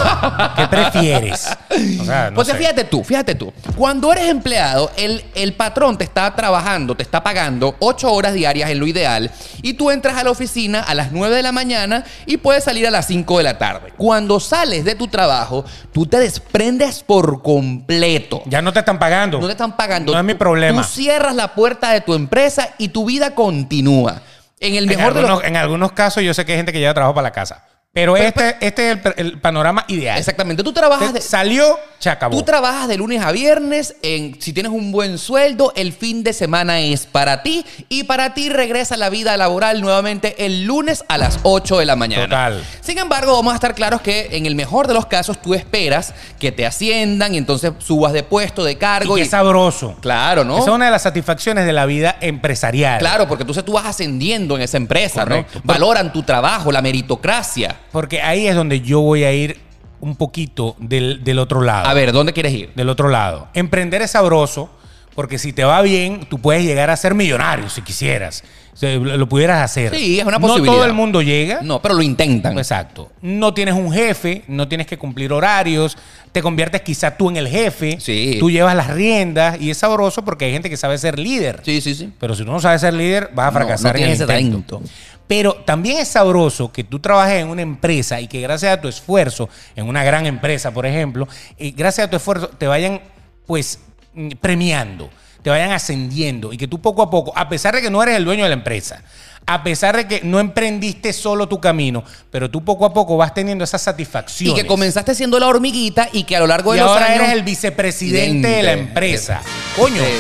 [SPEAKER 2] ¿Qué prefieres? O sea, no
[SPEAKER 1] Porque Pues
[SPEAKER 2] sé.
[SPEAKER 1] fíjate tú, fíjate tú. Cuando eres empleado, el, el patrón te está trabajando, te está pagando ocho horas diarias en lo ideal y tú entras a la oficina a las 9 de la mañana y puedes salir a las 5 de la tarde. Cuando sales de tu trabajo, tú te desprendes por completo.
[SPEAKER 2] Ya no te están pagando.
[SPEAKER 1] No te están pagando.
[SPEAKER 2] No es mi
[SPEAKER 1] Tú-
[SPEAKER 2] problema.
[SPEAKER 1] Tú cierras la puerta de tu empresa y tu vida continúa. En el mejor
[SPEAKER 2] en,
[SPEAKER 1] de los
[SPEAKER 2] algunos, en algunos casos yo sé que hay gente que lleva trabajo para la casa. Pero, este, este es el, per- el panorama ideal.
[SPEAKER 1] Exactamente. Tú trabajas
[SPEAKER 2] Usted
[SPEAKER 1] pues- Ah, de,
[SPEAKER 2] Salió, se acabó.
[SPEAKER 1] Tú trabajas de lunes a viernes, en, si tienes un buen sueldo, el fin de semana es para ti y para ti regresa la vida laboral nuevamente el lunes a las 8 de la mañana.
[SPEAKER 2] Total.
[SPEAKER 1] Sin embargo, vamos a estar claros que en el mejor de los casos tú esperas que te asciendan y entonces subas de puesto, de
[SPEAKER 2] y
[SPEAKER 1] cargo
[SPEAKER 2] qué
[SPEAKER 1] y...
[SPEAKER 2] sabroso.
[SPEAKER 1] Claro, ¿no?
[SPEAKER 2] Esa es una de las satisfacciones de la vida empresarial.
[SPEAKER 1] Claro, porque entonces tú vas ascendiendo en esa empresa,
[SPEAKER 2] Correcto.
[SPEAKER 1] ¿no? Valoran tu trabajo, la meritocracia.
[SPEAKER 2] Porque ahí es donde yo voy a ir un poquito del, del otro lado.
[SPEAKER 1] A ver, ¿dónde quieres ir?
[SPEAKER 2] Del otro lado. Emprender es sabroso porque si te va bien, tú puedes llegar a ser millonario si quisieras. O sea, lo lo pudieras hacer.
[SPEAKER 1] Sí, es una
[SPEAKER 2] No todo
[SPEAKER 1] posibilidad.
[SPEAKER 2] el mundo llega.
[SPEAKER 1] No, pero lo intentan.
[SPEAKER 2] Exacto. No tienes un jefe, no tienes que cumplir horarios, te conviertes quizá tú en el jefe,
[SPEAKER 1] Sí.
[SPEAKER 2] tú llevas las riendas y es sabroso porque hay gente que sabe ser líder.
[SPEAKER 1] Sí, sí, sí.
[SPEAKER 2] Pero si tú no sabes ser líder, vas a
[SPEAKER 1] No,
[SPEAKER 2] fracasar.
[SPEAKER 1] no
[SPEAKER 2] en
[SPEAKER 1] tienes
[SPEAKER 2] el
[SPEAKER 1] ese
[SPEAKER 2] intento.
[SPEAKER 1] talento.
[SPEAKER 2] Pero también es sabroso que tú trabajes en una empresa y que gracias a tu esfuerzo, en una gran empresa, por ejemplo, y gracias a tu esfuerzo te vayan, pues, mm, premiando, te vayan ascendiendo y que tú poco a poco, a pesar de que no eres el dueño de la empresa, a pesar de que no emprendiste solo tu camino, pero tú poco a poco vas teniendo esa satisfacción.
[SPEAKER 1] Y que comenzaste siendo la hormiguita y que a lo largo de
[SPEAKER 2] Y
[SPEAKER 1] los
[SPEAKER 2] ahora
[SPEAKER 1] años...
[SPEAKER 2] eres el vicepresidente de la
[SPEAKER 1] Presidente.
[SPEAKER 2] empresa. Coño.
[SPEAKER 1] Sí.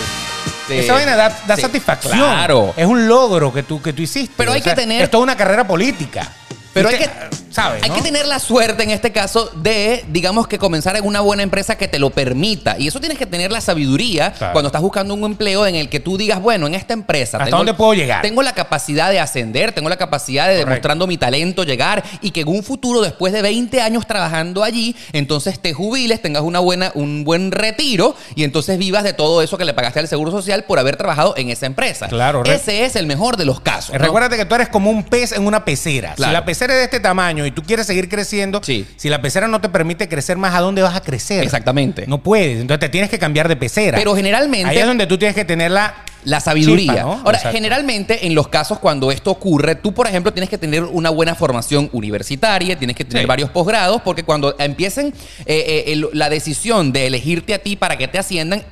[SPEAKER 1] Sí.
[SPEAKER 2] Esa vaina da, da
[SPEAKER 1] Este, Sí.
[SPEAKER 2] satisfacción.
[SPEAKER 1] Claro.
[SPEAKER 2] Es un logro que tú, que tú hiciste.
[SPEAKER 1] Pero hay que tener-
[SPEAKER 2] Es toda una carrera política.
[SPEAKER 1] Pero
[SPEAKER 2] Y
[SPEAKER 1] hay
[SPEAKER 2] te-
[SPEAKER 1] que,
[SPEAKER 2] ¿Sabes?
[SPEAKER 1] hay
[SPEAKER 2] no?
[SPEAKER 1] que tener la suerte en este caso de, digamos que comenzar en una buena empresa que te lo permita. Y eso tienes que tener la sabiduría
[SPEAKER 2] Claro.
[SPEAKER 1] cuando estás buscando un empleo en el que tú digas, bueno, en esta empresa.
[SPEAKER 2] ¿Hasta dónde puedo llegar?
[SPEAKER 1] Tengo la capacidad de ascender, tengo la capacidad de
[SPEAKER 2] Correcto.
[SPEAKER 1] demostrando mi talento, llegar y que en un futuro, después de 20 años trabajando allí, entonces te jubiles, tengas una buena, un buen retiro y entonces vivas de todo eso que le pagaste al Seguro Social por haber trabajado en esa empresa.
[SPEAKER 2] Claro, re-
[SPEAKER 1] Ese es el mejor de los casos. ¿no?
[SPEAKER 2] Eh, Recuérdate que tú eres como un pez en una pecera.
[SPEAKER 1] Claro.
[SPEAKER 2] Si la pecera es de este tamaño y tú quieres seguir creciendo,
[SPEAKER 1] Sí.
[SPEAKER 2] si la pecera no te permite crecer más, ¿a dónde vas a crecer?
[SPEAKER 1] Exactamente.
[SPEAKER 2] No puedes. Entonces te tienes que cambiar de pecera.
[SPEAKER 1] Pero generalmente-
[SPEAKER 2] Ahí es donde tú tienes que tener la.
[SPEAKER 1] La sabiduría.
[SPEAKER 2] Chispa, ¿no?
[SPEAKER 1] Ahora,
[SPEAKER 2] Exacto.
[SPEAKER 1] generalmente en los casos cuando esto ocurre, tú, por ejemplo, tienes que tener una buena formación universitaria, tienes que tener
[SPEAKER 2] Sí.
[SPEAKER 1] varios posgrados, porque cuando empiecen eh, eh, el- la decisión de elegirte a ti para que te asciendan,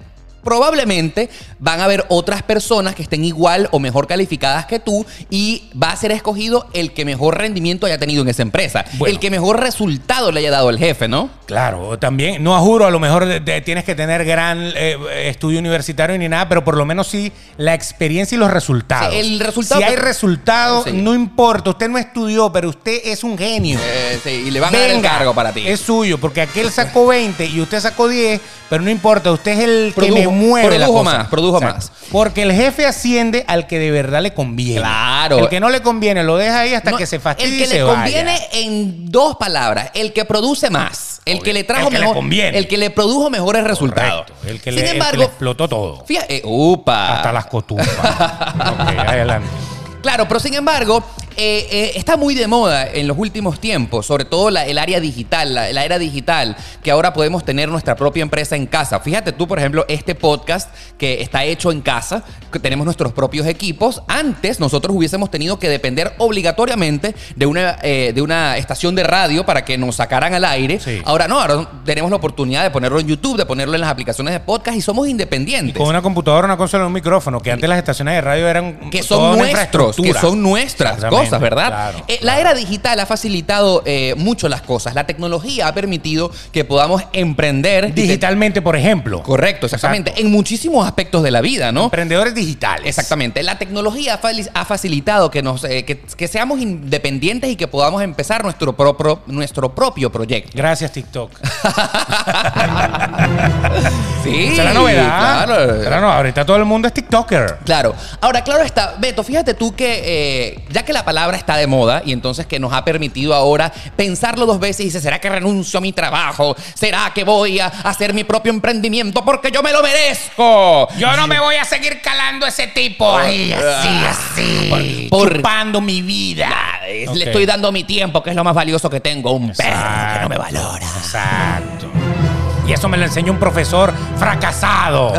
[SPEAKER 1] probablemente van a haber otras personas que estén igual o mejor calificadas que tú y va a ser escogido el que mejor rendimiento haya tenido en esa empresa,
[SPEAKER 2] Bueno.
[SPEAKER 1] el que mejor resultado le haya dado el jefe, ¿no?
[SPEAKER 2] Claro, o también, no juro, a lo mejor de- de- tienes que tener gran eh, estudio universitario ni nada, pero por lo menos sí la experiencia y los resultados.
[SPEAKER 1] Sí, el resultado
[SPEAKER 2] si
[SPEAKER 1] que-
[SPEAKER 2] hay resultados,
[SPEAKER 1] Sí.
[SPEAKER 2] no importa, usted no estudió, pero usted es un genio.
[SPEAKER 1] Eh, sí, y le van a dar el
[SPEAKER 2] Venga,
[SPEAKER 1] cargo para ti.
[SPEAKER 2] Es suyo, porque aquel sacó 20 y usted sacó 10, pero no importa, usted es el
[SPEAKER 1] Produjo-
[SPEAKER 2] que me mueve la
[SPEAKER 1] produjo
[SPEAKER 2] cosa.
[SPEAKER 1] más, produjo
[SPEAKER 2] Exacto.
[SPEAKER 1] más.
[SPEAKER 2] Porque el jefe asciende al que de verdad le conviene.
[SPEAKER 1] Claro.
[SPEAKER 2] El que no le conviene lo deja ahí hasta
[SPEAKER 1] No,
[SPEAKER 2] que se fastidie
[SPEAKER 1] El que
[SPEAKER 2] y se
[SPEAKER 1] le
[SPEAKER 2] vaya.
[SPEAKER 1] conviene en dos palabras, el que produce más, el
[SPEAKER 2] Obvio.
[SPEAKER 1] que le trajo
[SPEAKER 2] El que le
[SPEAKER 1] mejor,
[SPEAKER 2] conviene.
[SPEAKER 1] el que le produjo mejores resultados.
[SPEAKER 2] Correcto. El que,
[SPEAKER 1] Sin
[SPEAKER 2] le, el que le
[SPEAKER 1] embargo,
[SPEAKER 2] explotó todo.
[SPEAKER 1] fíjate, upa.
[SPEAKER 2] Hasta las cotufas. ok, adelante.
[SPEAKER 1] Claro, pero sin embargo, eh, eh, está muy de moda en los últimos tiempos, sobre todo la- el área digital, la, la era digital, que ahora podemos tener nuestra propia empresa en casa. Fíjate tú, por ejemplo, este podcast que está hecho en casa, que tenemos nuestros propios equipos. Antes nosotros hubiésemos tenido que depender obligatoriamente de una, eh, de una estación de radio para que nos sacaran al aire.
[SPEAKER 2] Sí.
[SPEAKER 1] Ahora no, ahora tenemos la oportunidad de ponerlo en YouTube, de ponerlo en las aplicaciones de podcast y somos independientes.
[SPEAKER 2] Con una computadora, una consola, un micrófono, que antes las estaciones de radio eran.
[SPEAKER 1] que
[SPEAKER 2] toda
[SPEAKER 1] son
[SPEAKER 2] una
[SPEAKER 1] nuestros, que
[SPEAKER 2] infraestructura.
[SPEAKER 1] son nuestras
[SPEAKER 2] Exactamente,
[SPEAKER 1] cosas, ¿verdad?
[SPEAKER 2] claro,
[SPEAKER 1] Eh,
[SPEAKER 2] claro.
[SPEAKER 1] La era digital ha facilitado eh, mucho las cosas. La tecnología ha permitido que podamos emprender
[SPEAKER 2] Digitalmente, por ejemplo.
[SPEAKER 1] Correcto, exactamente.
[SPEAKER 2] Exacto.
[SPEAKER 1] En muchísimos aspectos de la vida, ¿no?
[SPEAKER 2] Emprendedores digitales.
[SPEAKER 1] Exactamente. La tecnología ha fali- ha facilitado que, nos, eh, que, que seamos independientes y que podamos empezar nuestro, pro- pro- nuestro propio proyecto.
[SPEAKER 2] Gracias, TikTok.
[SPEAKER 1] Sí,
[SPEAKER 2] Esa es la novedad.
[SPEAKER 1] claro.
[SPEAKER 2] Esa es la no- ahorita todo el mundo es TikToker.
[SPEAKER 1] Claro. Ahora, claro está, Beto, fíjate tú que eh, ya que la palabra está de moda y entonces que nos ha permitido ahora pensarlo dos veces y dice, ¿será que renuncio a mi trabajo? ¿Será que voy a hacer mi propio emprendimiento porque yo me lo merezco?
[SPEAKER 2] Yo no me voy a seguir calando ese tipo ahí, así, así.
[SPEAKER 1] Ah. Por-
[SPEAKER 2] Chupando mi vida.
[SPEAKER 1] Es-
[SPEAKER 2] Ok.
[SPEAKER 1] Le estoy dando mi tiempo, que es lo más valioso que tengo, un perro
[SPEAKER 2] Exacto.
[SPEAKER 1] que no me valora.
[SPEAKER 2] Exacto. Y eso me lo enseñó un profesor fracasado,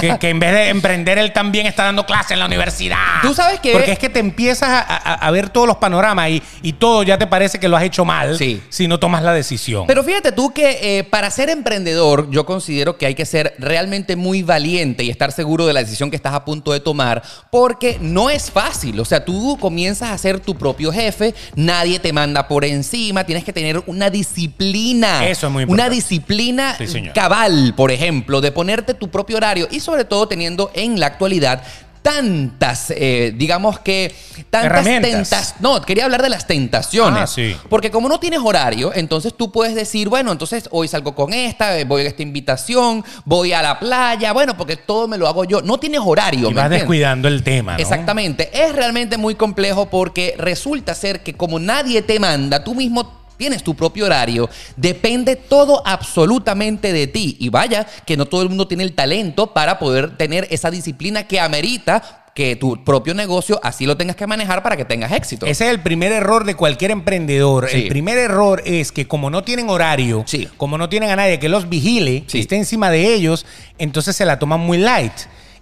[SPEAKER 2] que, que en vez de emprender él también está dando clase en la universidad.
[SPEAKER 1] Tú sabes que-
[SPEAKER 2] Porque es que te empiezas a, a- a ver todos los panoramas y, y todo ya te parece que lo has hecho mal
[SPEAKER 1] Sí.
[SPEAKER 2] si no tomas la decisión.
[SPEAKER 1] Pero fíjate tú que eh, para ser emprendedor, yo considero que hay que ser realmente muy valiente y estar seguro de la decisión que estás a punto de tomar, porque no es fácil. O sea, tú comienzas a ser tu propio jefe, nadie te manda por encima, tienes que tener una disciplina.
[SPEAKER 2] Eso es muy
[SPEAKER 1] Una
[SPEAKER 2] importante.
[SPEAKER 1] disciplina
[SPEAKER 2] Sí, señor.
[SPEAKER 1] cabal, por ejemplo, de ponerte tu propio horario y sobre todo teniendo en la actualidad tantas, eh, digamos que, tantas
[SPEAKER 2] Herramientas.
[SPEAKER 1] tentas- no, quería hablar de las tentaciones.
[SPEAKER 2] Ah, sí.
[SPEAKER 1] Porque como no tienes horario, entonces tú puedes decir, bueno, entonces hoy salgo con esta, eh, voy a esta invitación, voy a la playa, bueno, porque todo me lo hago yo. No tienes horario,
[SPEAKER 2] y
[SPEAKER 1] ¿me
[SPEAKER 2] vas
[SPEAKER 1] entiendes?
[SPEAKER 2] descuidando el tema. ¿no?
[SPEAKER 1] Exactamente. Es realmente muy complejo porque resulta ser que como nadie te manda, tú mismo tienes tu propio horario, depende todo absolutamente de ti. Y vaya que no todo el mundo tiene el talento para poder tener esa disciplina que amerita que tu propio negocio así lo tengas que manejar para que tengas éxito.
[SPEAKER 2] Ese es el primer error de cualquier emprendedor.
[SPEAKER 1] Sí.
[SPEAKER 2] El primer error es que como no tienen horario,
[SPEAKER 1] Sí.
[SPEAKER 2] como no tienen a nadie que los vigile,
[SPEAKER 1] Sí.
[SPEAKER 2] que esté encima de ellos, entonces se la toman muy light.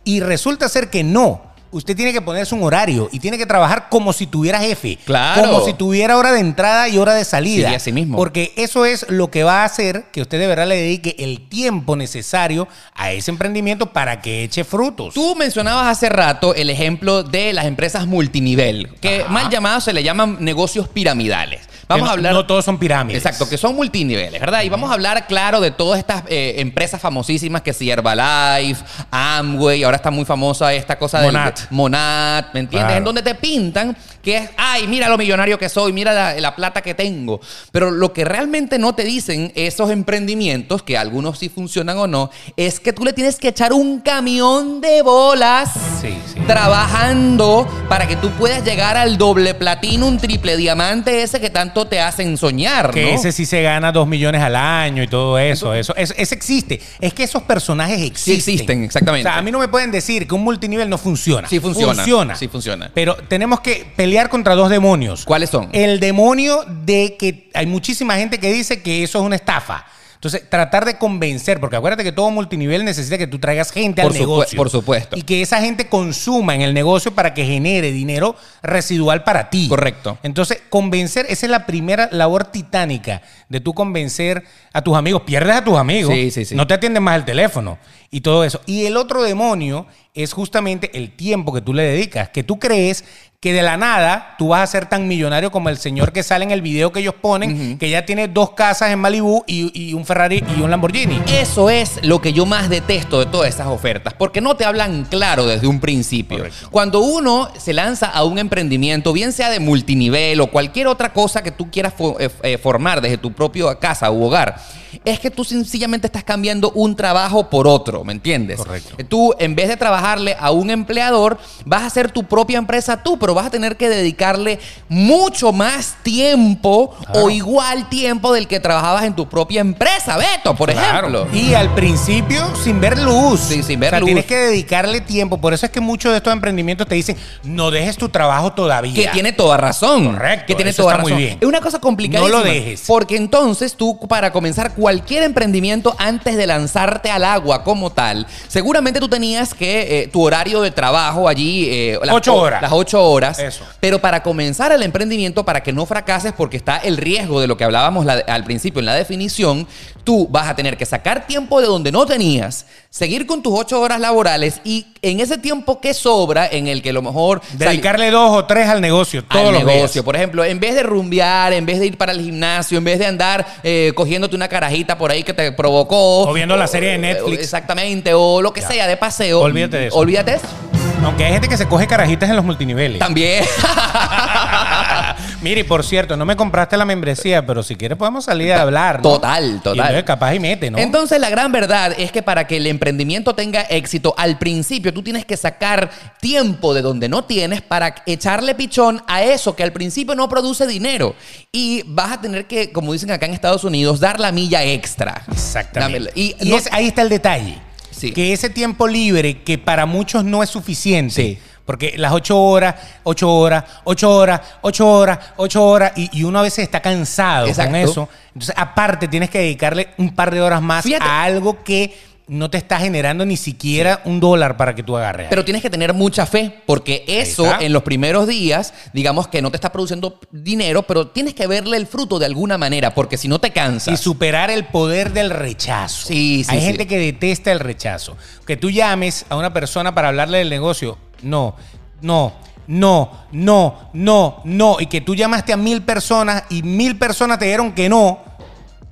[SPEAKER 2] Y resulta ser que no. Usted tiene que ponerse un horario y tiene que trabajar como si tuviera jefe.
[SPEAKER 1] Claro.
[SPEAKER 2] Como si tuviera hora de entrada y hora de salida.
[SPEAKER 1] Sí, así mismo.
[SPEAKER 2] Porque eso es lo que va a hacer que usted de verdad le dedique el tiempo necesario a ese emprendimiento para que eche frutos.
[SPEAKER 1] Tú mencionabas hace rato el ejemplo de las empresas multinivel, que mal llamados se le llaman negocios piramidales. Vamos
[SPEAKER 2] Que no-
[SPEAKER 1] a hablar.
[SPEAKER 2] No todos son pirámides.
[SPEAKER 1] Exacto, que son multiniveles, ¿verdad? Y vamos a hablar, claro, de todas estas eh, empresas famosísimas que si Herbalife, Amway, ahora está muy famosa esta cosa de
[SPEAKER 2] Monat.
[SPEAKER 1] Monat, ¿me entiendes?
[SPEAKER 2] Claro.
[SPEAKER 1] En donde te pintan que es, ay, mira lo millonario que soy, mira la, la plata que tengo. Pero lo que realmente no te dicen esos emprendimientos, que algunos sí funcionan o no, es que tú le tienes que echar un camión de bolas
[SPEAKER 2] Sí, sí.
[SPEAKER 1] trabajando para que tú puedas llegar al doble platino, un triple diamante ese que tanto te hacen soñar,
[SPEAKER 2] Que
[SPEAKER 1] ¿no?
[SPEAKER 2] ese sí se gana dos millones al año y todo eso. Eso, eso, eso existe. Es que esos personajes existen.
[SPEAKER 1] existen, exactamente.
[SPEAKER 2] O sea, a mí no me pueden decir que un multinivel no funciona.
[SPEAKER 1] Sí funciona,
[SPEAKER 2] Funciona.
[SPEAKER 1] sí funciona.
[SPEAKER 2] Pero tenemos que pelear contra dos demonios.
[SPEAKER 1] ¿Cuáles son?
[SPEAKER 2] El demonio de que hay muchísima gente que dice que eso es una estafa. Entonces, tratar de convencer, porque acuérdate que todo multinivel necesita que tú traigas gente
[SPEAKER 1] Por
[SPEAKER 2] al
[SPEAKER 1] supue-
[SPEAKER 2] negocio.
[SPEAKER 1] por supuesto.
[SPEAKER 2] Y que esa gente consuma en el negocio para que genere dinero residual para ti.
[SPEAKER 1] Correcto.
[SPEAKER 2] Entonces, convencer, esa es la primera labor titánica de tú convencer a tus amigos. Pierdes a tus amigos.
[SPEAKER 1] Sí, sí, sí.
[SPEAKER 2] No te atienden más el teléfono y todo eso. Y el otro demonio es justamente el tiempo que tú le dedicas, que tú crees que de la nada tú vas a ser tan millonario como el señor que sale en el video que ellos ponen, que ya tiene dos casas en Malibu y, y un Ferrari y un Lamborghini.
[SPEAKER 1] Eso es lo que yo más detesto de todas esas ofertas, porque no te hablan claro desde un principio.
[SPEAKER 2] Correcto.
[SPEAKER 1] Cuando uno se lanza a un emprendimiento, bien sea de multinivel o cualquier otra cosa que tú quieras fo- eh, eh, formar desde tu propia casa u hogar, es que tú sencillamente estás cambiando un trabajo por otro, ¿me entiendes?
[SPEAKER 2] Correcto.
[SPEAKER 1] Tú, en vez de trabajarle a un empleador, vas a hacer tu propia empresa tú, pero vas a tener que dedicarle mucho más tiempo
[SPEAKER 2] Claro.
[SPEAKER 1] o igual tiempo del que trabajabas en tu propia empresa, Beto, pues. por ejemplo.
[SPEAKER 2] Claro. Y al principio sin ver luz.
[SPEAKER 1] Sí, sin ver
[SPEAKER 2] O sea,
[SPEAKER 1] luz.
[SPEAKER 2] Tienes que dedicarle tiempo. Por eso es que muchos de estos emprendimientos te dicen, no dejes tu trabajo todavía.
[SPEAKER 1] Que tiene toda razón.
[SPEAKER 2] Correcto,
[SPEAKER 1] Que tiene
[SPEAKER 2] eso
[SPEAKER 1] toda
[SPEAKER 2] está muy
[SPEAKER 1] razón.
[SPEAKER 2] bien.
[SPEAKER 1] Es una cosa complicada.
[SPEAKER 2] No lo dejes.
[SPEAKER 1] Porque entonces tú, para comenzar cualquier emprendimiento antes de lanzarte al agua como tal, seguramente tú tenías que eh, tu horario de trabajo allí. eh,
[SPEAKER 2] Ocho
[SPEAKER 1] o-
[SPEAKER 2] horas.
[SPEAKER 1] Las ocho horas.
[SPEAKER 2] Eso.
[SPEAKER 1] Pero para comenzar el emprendimiento, para que no fracases, porque está el riesgo de lo que hablábamos la- al principio en la definición, tú vas a tener que sacar tiempo de donde no tenías, seguir con tus ocho horas laborales y en ese tiempo que sobra, en el que a lo mejor. sali-
[SPEAKER 2] Dedicarle dos o tres al negocio todos
[SPEAKER 1] al
[SPEAKER 2] los
[SPEAKER 1] negocio.
[SPEAKER 2] días.
[SPEAKER 1] Por ejemplo, en vez de rumbear, en vez de ir para el gimnasio, en vez de andar eh, cogiéndote una carajita por ahí que te provocó.
[SPEAKER 2] O viendo la serie de Netflix.
[SPEAKER 1] Exactamente, o lo que
[SPEAKER 2] Ya.
[SPEAKER 1] sea, de paseo.
[SPEAKER 2] Olvídate de eso.
[SPEAKER 1] Olvídate de eso.
[SPEAKER 2] Aunque hay gente que se coge carajitas en los multiniveles.
[SPEAKER 1] También.
[SPEAKER 2] Mire, por cierto, no me compraste la membresía, pero si quieres podemos salir a hablar. ¿no?
[SPEAKER 1] Total, total.
[SPEAKER 2] Y entonces capaz y mete, ¿no?
[SPEAKER 1] Entonces, la gran verdad es que para que el emprendimiento tenga éxito, al principio tú tienes que sacar tiempo de donde no tienes para echarle pichón a eso que al principio no produce dinero. Y vas a tener que, como dicen acá en Estados Unidos, dar la milla extra.
[SPEAKER 2] Exactamente.
[SPEAKER 1] Dame- Y,
[SPEAKER 2] Y
[SPEAKER 1] no-
[SPEAKER 2] es- ahí está el detalle.
[SPEAKER 1] Sí.
[SPEAKER 2] Que ese tiempo libre, que para muchos no es suficiente.
[SPEAKER 1] Sí.
[SPEAKER 2] Porque las ocho horas, ocho horas, ocho horas, ocho horas, ocho horas, y, y uno a veces está cansado con
[SPEAKER 1] Exacto.
[SPEAKER 2] eso. Entonces, aparte, tienes que dedicarle un par de horas más
[SPEAKER 1] Fíjate.
[SPEAKER 2] a algo que no te está generando ni siquiera un dólar para que tú agarres.
[SPEAKER 1] Pero tienes que tener mucha fe, porque eso
[SPEAKER 2] está.
[SPEAKER 1] en los primeros días, digamos que no te está produciendo dinero, pero tienes que verle el fruto de alguna manera, porque si no te
[SPEAKER 2] Y
[SPEAKER 1] cansas.
[SPEAKER 2] superar el poder del rechazo.
[SPEAKER 1] Sí, sí,
[SPEAKER 2] Hay
[SPEAKER 1] sí.
[SPEAKER 2] gente que detesta el rechazo. Que tú llames a una persona para hablarle del negocio. No, no, no, no, no, no. Y que tú llamaste a mil personas y mil personas te dieron que no.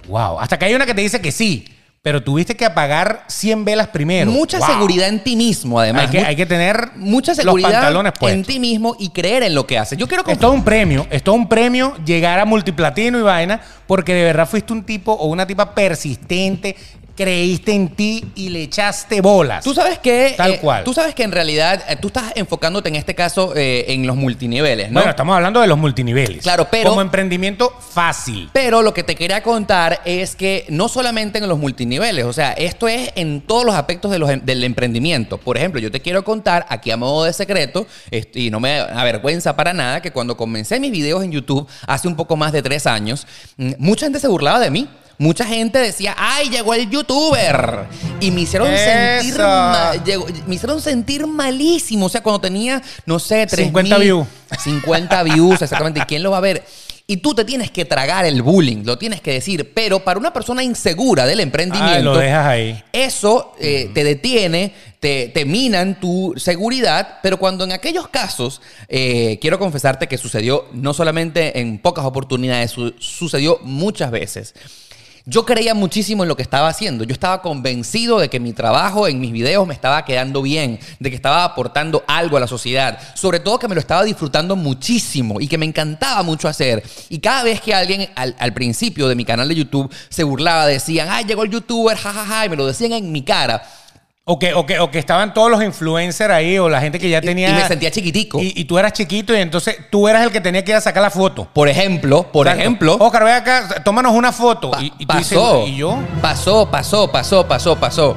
[SPEAKER 2] Wow. Hasta que hay una que te dice que sí. Pero tuviste que apagar 100 velas primero.
[SPEAKER 1] mucha
[SPEAKER 2] Wow.
[SPEAKER 1] seguridad en ti mismo, además.
[SPEAKER 2] Hay que,
[SPEAKER 1] Mu-
[SPEAKER 2] hay que tener
[SPEAKER 1] mucha
[SPEAKER 2] los
[SPEAKER 1] seguridad
[SPEAKER 2] pantalones
[SPEAKER 1] en
[SPEAKER 2] puestos.
[SPEAKER 1] ti mismo y creer en lo que haces. Yo quiero
[SPEAKER 2] Es
[SPEAKER 1] contar.
[SPEAKER 2] todo un premio, es todo un premio llegar a multiplatino y vaina, porque de verdad fuiste un tipo o una tipa persistente, creíste en ti y le echaste bolas.
[SPEAKER 1] Tú sabes que.
[SPEAKER 2] Tal
[SPEAKER 1] eh,
[SPEAKER 2] cual.
[SPEAKER 1] Tú sabes que en realidad eh, tú estás enfocándote en este caso eh, en los multiniveles, ¿no?
[SPEAKER 2] Bueno, estamos hablando de los multiniveles.
[SPEAKER 1] Claro, pero-
[SPEAKER 2] Como emprendimiento fácil. Ah,
[SPEAKER 1] Pero lo que te quería contar es que no solamente en los multiniveles, o sea, esto es en todos los aspectos de los em- del emprendimiento. Por ejemplo, yo te quiero contar aquí a modo de secreto, est- y no me avergüenza para nada, que cuando comencé mis videos en YouTube hace un poco más de tres años, mm, mucha gente se burlaba de mí. Mucha gente decía, ¡ay, llegó el youtuber! Y me hicieron sentir
[SPEAKER 2] Eso.
[SPEAKER 1] ma- llegó- me hicieron sentir malísimo. O sea, cuando tenía, no sé, 3.000,
[SPEAKER 2] 50 views.
[SPEAKER 1] 50 views, exactamente. ¿Y quién lo va a ver? Y tú te tienes que tragar el bullying, lo tienes que decir. Pero para una persona insegura del emprendimiento,
[SPEAKER 2] Ah, lo dejas ahí.
[SPEAKER 1] eso eh, te detiene, te, te minan tu seguridad, pero cuando en aquellos casos, eh, quiero confesarte que sucedió no solamente en pocas oportunidades, su- sucedió muchas veces. Yo creía muchísimo en lo que estaba haciendo. Yo estaba convencido de que mi trabajo en mis videos me estaba quedando bien, de que estaba aportando algo a la sociedad. Sobre todo que me lo estaba disfrutando muchísimo y que me encantaba mucho hacer. Y cada vez que alguien al, al principio de mi canal de YouTube se burlaba, decían, ay, llegó el youtuber, jajaja, y me lo decían en mi cara.
[SPEAKER 2] O que, o, que, o que estaban todos los influencers ahí o la gente que ya
[SPEAKER 1] Y-
[SPEAKER 2] tenía...
[SPEAKER 1] y me sentía chiquitico.
[SPEAKER 2] Y, y tú eras chiquito y entonces tú eras el que tenía que ir a sacar la foto.
[SPEAKER 1] Por ejemplo, por
[SPEAKER 2] Exacto.
[SPEAKER 1] ejemplo,
[SPEAKER 2] Oscar, ve acá, tómanos una foto.
[SPEAKER 1] pa-
[SPEAKER 2] y, y tú dices,
[SPEAKER 1] pasó,
[SPEAKER 2] ¿y yo?
[SPEAKER 1] pasó, pasó, pasó, pasó, pasó.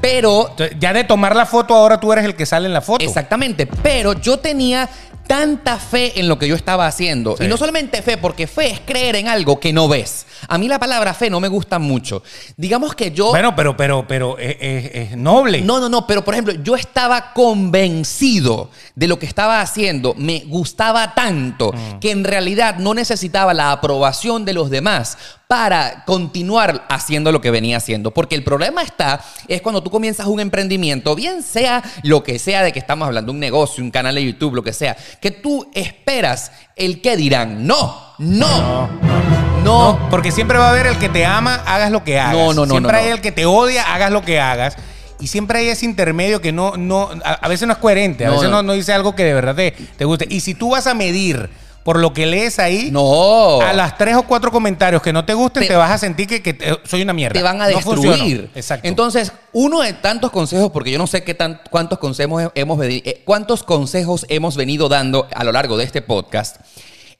[SPEAKER 1] Pero
[SPEAKER 2] Entonces, ya de tomar la foto, ahora tú eres el que sale en la foto.
[SPEAKER 1] Exactamente, pero yo tenía tanta fe en lo que yo estaba haciendo.
[SPEAKER 2] Sí.
[SPEAKER 1] Y no solamente fe, porque fe es creer en algo que no ves. A mí la palabra fe no me gusta mucho. Digamos que yo...
[SPEAKER 2] Bueno, pero, pero, pero es, es- es noble.
[SPEAKER 1] No, no, no, pero por ejemplo, yo estaba convencido de lo que estaba haciendo, me gustaba tanto que en realidad no necesitaba la aprobación de los demás para continuar haciendo lo que venía haciendo. Porque el problema está, es cuando tú comienzas un emprendimiento, bien sea lo que sea de que estamos hablando, un negocio, un canal de YouTube, lo que sea, que tú esperas el que dirán, no, no, no,
[SPEAKER 2] No, porque siempre va a haber el que te ama, hagas lo que hagas.
[SPEAKER 1] No, no, no,
[SPEAKER 2] Siempre
[SPEAKER 1] no, no.
[SPEAKER 2] hay el que te odia, hagas lo que hagas. Y siempre hay ese intermedio que no, no, a, a veces no es coherente, a
[SPEAKER 1] No,
[SPEAKER 2] veces
[SPEAKER 1] no.
[SPEAKER 2] no, no dice algo que de verdad te, te guste. Y si tú vas a medir por lo que lees ahí,
[SPEAKER 1] no.
[SPEAKER 2] a las tres o cuatro comentarios que no te gusten, te,
[SPEAKER 1] Te-
[SPEAKER 2] vas a sentir que, que te- soy una mierda.
[SPEAKER 1] te van a
[SPEAKER 2] No funciono.
[SPEAKER 1] destruir.
[SPEAKER 2] Exacto.
[SPEAKER 1] Entonces, uno de tantos consejos, porque yo no sé qué tan, cuántos, consejos he- hemos, veni- eh, cuántos consejos hemos venido dando a lo largo de este podcast.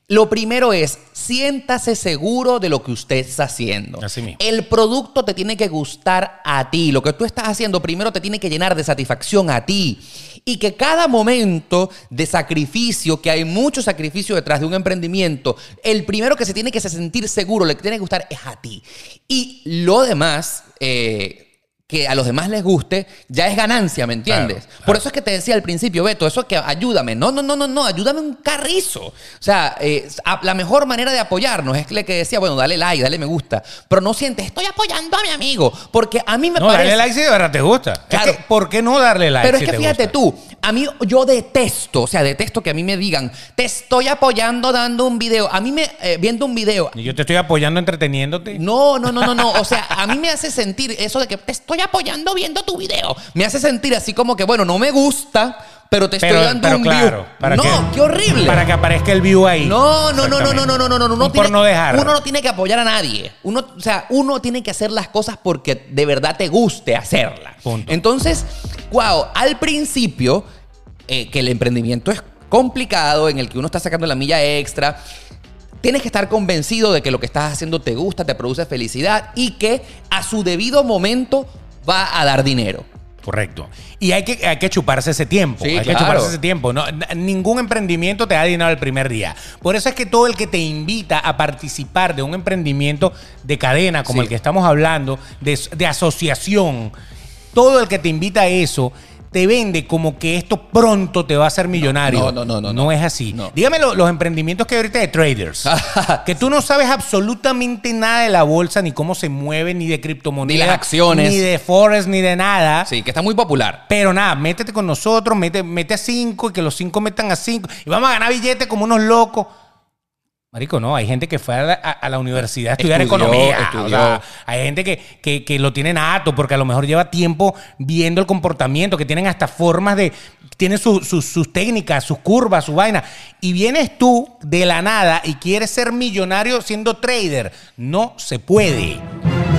[SPEAKER 1] Lo primero es, siéntase seguro de lo que usted está haciendo.
[SPEAKER 2] Así mismo.
[SPEAKER 1] El producto te tiene que gustar a ti. Lo que tú estás haciendo primero te tiene que llenar de satisfacción a ti. Y que cada momento de sacrificio, que hay mucho sacrificio detrás de un emprendimiento, el primero que se tiene que se sentir seguro, le que tiene que gustar es a ti. Y lo demás, eh, que a los demás les guste, ya es ganancia, ¿me entiendes?
[SPEAKER 2] Claro,
[SPEAKER 1] Por eso es que te decía al principio, Beto, eso que ayúdame. No, no, no, no, no, ayúdame un carrizo. O sea, eh, a- la mejor manera de apoyarnos es la que decía, bueno, dale like, dale me gusta. Pero no sientes, estoy apoyando a mi amigo. Porque a mí me
[SPEAKER 2] no,
[SPEAKER 1] parece.
[SPEAKER 2] darle like si de verdad te gusta. Es
[SPEAKER 1] Claro.
[SPEAKER 2] que, ¿Por qué no darle like?
[SPEAKER 1] Pero
[SPEAKER 2] si
[SPEAKER 1] es que
[SPEAKER 2] te
[SPEAKER 1] fíjate
[SPEAKER 2] gusta?
[SPEAKER 1] tú, a mí yo detesto, o sea, detesto que a mí me digan, te estoy apoyando dando un video. A mí me, eh, viendo un video,
[SPEAKER 2] Y Yo te estoy apoyando entreteniéndote.
[SPEAKER 1] no, no, no, no, no. O sea, a mí me hace sentir eso de que te estoy apoyando viendo tu video. Me hace sentir así como que, bueno, no me gusta, pero te estoy
[SPEAKER 2] Pero-
[SPEAKER 1] dando
[SPEAKER 2] pero
[SPEAKER 1] un
[SPEAKER 2] claro,
[SPEAKER 1] view.
[SPEAKER 2] ¿para
[SPEAKER 1] no,
[SPEAKER 2] qué?
[SPEAKER 1] horrible.
[SPEAKER 2] Para que aparezca el view ahí.
[SPEAKER 1] No, no, no, no, no, no, no, no, no, no.
[SPEAKER 2] Un
[SPEAKER 1] tiene-
[SPEAKER 2] porno de jarra.
[SPEAKER 1] Uno no tiene que apoyar a nadie. Uno, o sea, uno tiene que hacer las cosas porque de verdad te guste hacerlas.
[SPEAKER 2] Punto.
[SPEAKER 1] Entonces, wow, al principio, eh, que el emprendimiento es complicado, en el que uno está sacando la milla extra. Tienes que estar convencido de que lo que estás haciendo te gusta, te produce felicidad y que a su debido momento va a dar dinero.
[SPEAKER 2] Correcto. Y hay que, hay que chuparse ese tiempo.
[SPEAKER 1] Sí,
[SPEAKER 2] hay que
[SPEAKER 1] claro.
[SPEAKER 2] chuparse ese tiempo. No, n- ningún emprendimiento te da dinero el primer día. Por eso es que todo el que te invita a participar de un emprendimiento de cadena,
[SPEAKER 1] Sí.
[SPEAKER 2] como el que estamos hablando, de, s- de asociación, todo el que te invita a eso. Te vende como que esto pronto te va a hacer millonario.
[SPEAKER 1] no, no, no, no,
[SPEAKER 2] No
[SPEAKER 1] no.
[SPEAKER 2] es así.
[SPEAKER 1] No.
[SPEAKER 2] Dígame lo- los emprendimientos que hay ahorita de traders. que tú no sabes absolutamente nada de la bolsa, ni cómo se mueve, ni de criptomonedas.
[SPEAKER 1] acciones.
[SPEAKER 2] Ni de forex, ni de nada.
[SPEAKER 1] Sí, que está muy popular.
[SPEAKER 2] Pero nada, métete con nosotros, mete, mete a cinco y que los cinco metan a cinco. Y vamos a ganar billetes como unos locos. Marico, no, hay gente que fue a la, a- a la universidad a estudiar
[SPEAKER 1] Estudió,
[SPEAKER 2] economía.
[SPEAKER 1] estudió.
[SPEAKER 2] o sea, hay gente que, que- que lo tienen nato porque a lo mejor lleva tiempo viendo el comportamiento, que tienen hasta formas de. Tienen su- su- sus técnicas, sus curvas, su vaina. Y vienes tú de la nada y quieres ser millonario siendo trader. No se puede.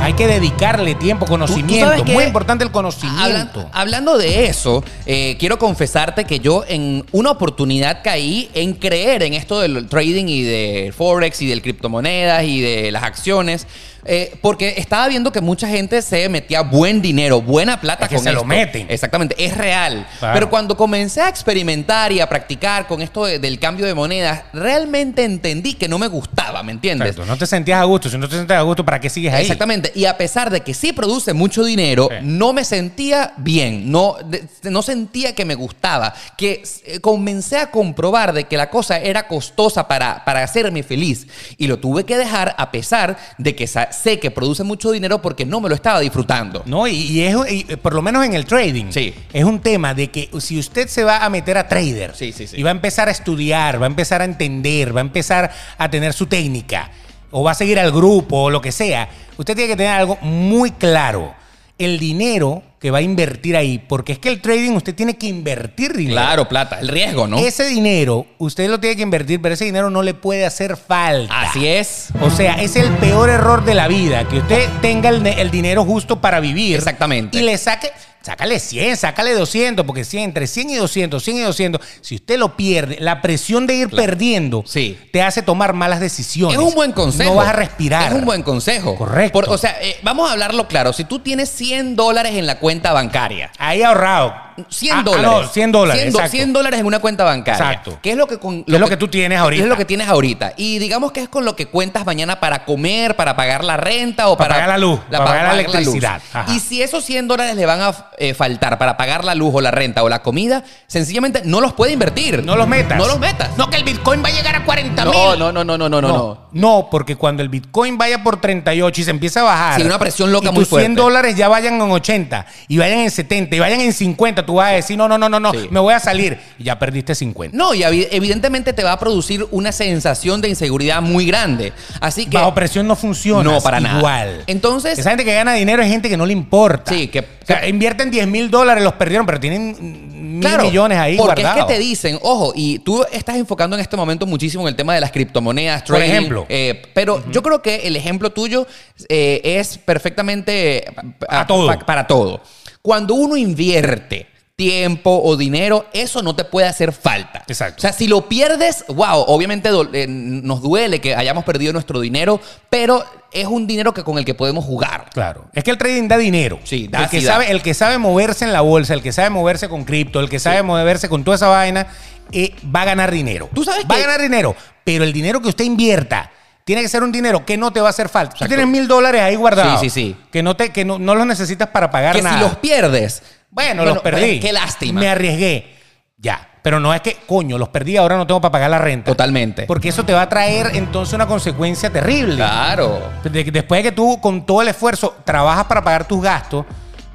[SPEAKER 2] Hay que dedicarle tiempo, conocimiento.
[SPEAKER 1] qué?
[SPEAKER 2] Muy importante el conocimiento.
[SPEAKER 1] Hablan- hablando de eso, eh, quiero confesarte que yo en una oportunidad caí en creer en esto del trading y de Forex y del criptomonedas y de las acciones. eh, porque estaba viendo que mucha gente se metía buen dinero, buena plata
[SPEAKER 2] Es que
[SPEAKER 1] con
[SPEAKER 2] se lo
[SPEAKER 1] esto.
[SPEAKER 2] meten.
[SPEAKER 1] Exactamente, es real.
[SPEAKER 2] Claro.
[SPEAKER 1] Pero cuando comencé a experimentar y a practicar con esto de- del cambio de monedas, realmente entendí que no me gustaba. gustaba, ¿me entiendes?
[SPEAKER 2] Exacto, no te sentías a gusto. Si no te sentías a gusto, ¿para qué sigues ahí?
[SPEAKER 1] Exactamente. Y a pesar de que sí produce mucho dinero,
[SPEAKER 2] Sí.
[SPEAKER 1] no me sentía bien, no, de- no sentía que me gustaba, que eh, comencé a comprobar de que la cosa era costosa para, para hacerme feliz. Y lo tuve que dejar a pesar de que sa- sé que produce mucho dinero porque no me lo estaba disfrutando.
[SPEAKER 2] No, y, y es, y, eh, por lo menos en el trading,
[SPEAKER 1] Sí.
[SPEAKER 2] es un tema de que si usted se va a meter a trader
[SPEAKER 1] Sí, sí, sí.
[SPEAKER 2] y va a empezar a estudiar, va a empezar a entender, va a empezar a tener su técnica, o va a seguir al grupo o lo que sea, usted tiene que tener algo muy claro. El dinero que va a invertir ahí, porque es que el trading usted tiene que invertir dinero.
[SPEAKER 1] Claro, plata, el riesgo, ¿no?
[SPEAKER 2] Ese dinero usted lo tiene que invertir, pero ese dinero no le puede hacer falta.
[SPEAKER 1] Así es.
[SPEAKER 2] O sea, es el peor error de la vida, que usted tenga el, ne- el dinero justo para vivir.
[SPEAKER 1] Exactamente.
[SPEAKER 2] Y le saque, sácale 100, sácale 200, porque si entre 100 y 200, 100 y 200, si usted lo pierde, la presión de ir perdiendo
[SPEAKER 1] Sí.
[SPEAKER 2] te hace tomar malas decisiones.
[SPEAKER 1] Es un buen consejo.
[SPEAKER 2] No vas a respirar.
[SPEAKER 1] Es un buen consejo.
[SPEAKER 2] Correcto.
[SPEAKER 1] Por- o sea, eh, vamos a hablarlo claro. Si tú tienes 100 dólares en la cuenta bancaria,
[SPEAKER 2] Ahí ahorrado.
[SPEAKER 1] 100
[SPEAKER 2] Ah, ah,
[SPEAKER 1] dólares.
[SPEAKER 2] no, 100 dólares.
[SPEAKER 1] 100, do-
[SPEAKER 2] exacto.
[SPEAKER 1] 100 dólares en una cuenta bancaria.
[SPEAKER 2] Exacto.
[SPEAKER 1] Que es lo que, con,
[SPEAKER 2] es lo que tú tienes ahorita.
[SPEAKER 1] Es lo que tienes ahorita. Y digamos que es con lo que cuentas mañana para comer, para pagar la renta o
[SPEAKER 2] Para
[SPEAKER 1] para.
[SPEAKER 2] pagar la luz, para pagar la
[SPEAKER 1] luz.
[SPEAKER 2] electricidad. Ajá.
[SPEAKER 1] Y si esos 100 dólares le van a eh, faltar para pagar la luz o la renta o la comida, sencillamente no los puede invertir.
[SPEAKER 2] No los metas.
[SPEAKER 1] No los metas.
[SPEAKER 2] No, que el Bitcoin va a llegar a 40 mil.
[SPEAKER 1] No, no, no, no, no, no, no.
[SPEAKER 2] No, no, porque cuando el Bitcoin vaya por 38 y se empieza a bajar.
[SPEAKER 1] Sí, una presión loca
[SPEAKER 2] y
[SPEAKER 1] muy
[SPEAKER 2] tus 100
[SPEAKER 1] fuerte.
[SPEAKER 2] dólares ya vayan en 80 y vayan en 70 y vayan en 50, tú vas a decir, no, no, no, no, no,
[SPEAKER 1] Sí.
[SPEAKER 2] me voy a salir. Y ya perdiste 50.
[SPEAKER 1] No, y evi- evidentemente te va a producir una sensación de inseguridad muy grande. Así que.
[SPEAKER 2] Bajo presión no funciona.
[SPEAKER 1] No, para nada.
[SPEAKER 2] Igual.
[SPEAKER 1] Entonces-
[SPEAKER 2] Esa gente que gana dinero es gente que no le importa.
[SPEAKER 1] Sí, que-
[SPEAKER 2] O sea, invierten 10 mil dólares, los perdieron, pero tienen mm, mil
[SPEAKER 1] Claro,
[SPEAKER 2] millones ahí
[SPEAKER 1] porque
[SPEAKER 2] guardados.
[SPEAKER 1] es que te dicen, ojo, y tú estás enfocando en este momento muchísimo en el tema de las criptomonedas,
[SPEAKER 2] Por
[SPEAKER 1] trading.
[SPEAKER 2] ejemplo.
[SPEAKER 1] eh, pero yo creo que el ejemplo tuyo eh, es perfectamente eh,
[SPEAKER 2] A todo.
[SPEAKER 1] pa- para todo. Cuando uno invierte tiempo o dinero, eso no te puede hacer falta.
[SPEAKER 2] Exacto.
[SPEAKER 1] O sea, si lo pierdes, wow, obviamente do- eh, nos duele que hayamos perdido nuestro dinero, pero es un dinero que con el que podemos jugar.
[SPEAKER 2] Claro. Es que el trading da dinero.
[SPEAKER 1] Sí, da,
[SPEAKER 2] el que
[SPEAKER 1] sí da.
[SPEAKER 2] sabe, El que sabe moverse en la bolsa, el que sabe moverse con cripto, el que sabe moverse con toda esa vaina, eh, va a ganar dinero.
[SPEAKER 1] Tú sabes
[SPEAKER 2] Va
[SPEAKER 1] que-
[SPEAKER 2] a ganar dinero, pero el dinero que usted invierta tiene que ser un dinero que no te va a hacer falta. Tú
[SPEAKER 1] Exacto.
[SPEAKER 2] tienes mil dólares ahí guardados.
[SPEAKER 1] Sí, sí, sí.
[SPEAKER 2] Que no, te, que no, no los necesitas para pagar
[SPEAKER 1] Que
[SPEAKER 2] nada.
[SPEAKER 1] si los pierdes,
[SPEAKER 2] Bueno, los
[SPEAKER 1] pues,
[SPEAKER 2] perdí.
[SPEAKER 1] Qué lástima.
[SPEAKER 2] Me arriesgué. Ya. Pero no es que, coño, los perdí, ahora no tengo para pagar la renta.
[SPEAKER 1] Totalmente.
[SPEAKER 2] Porque eso te va a traer entonces una consecuencia terrible.
[SPEAKER 1] Claro.
[SPEAKER 2] De- Después de que tú, con todo el esfuerzo, trabajas para pagar tus gastos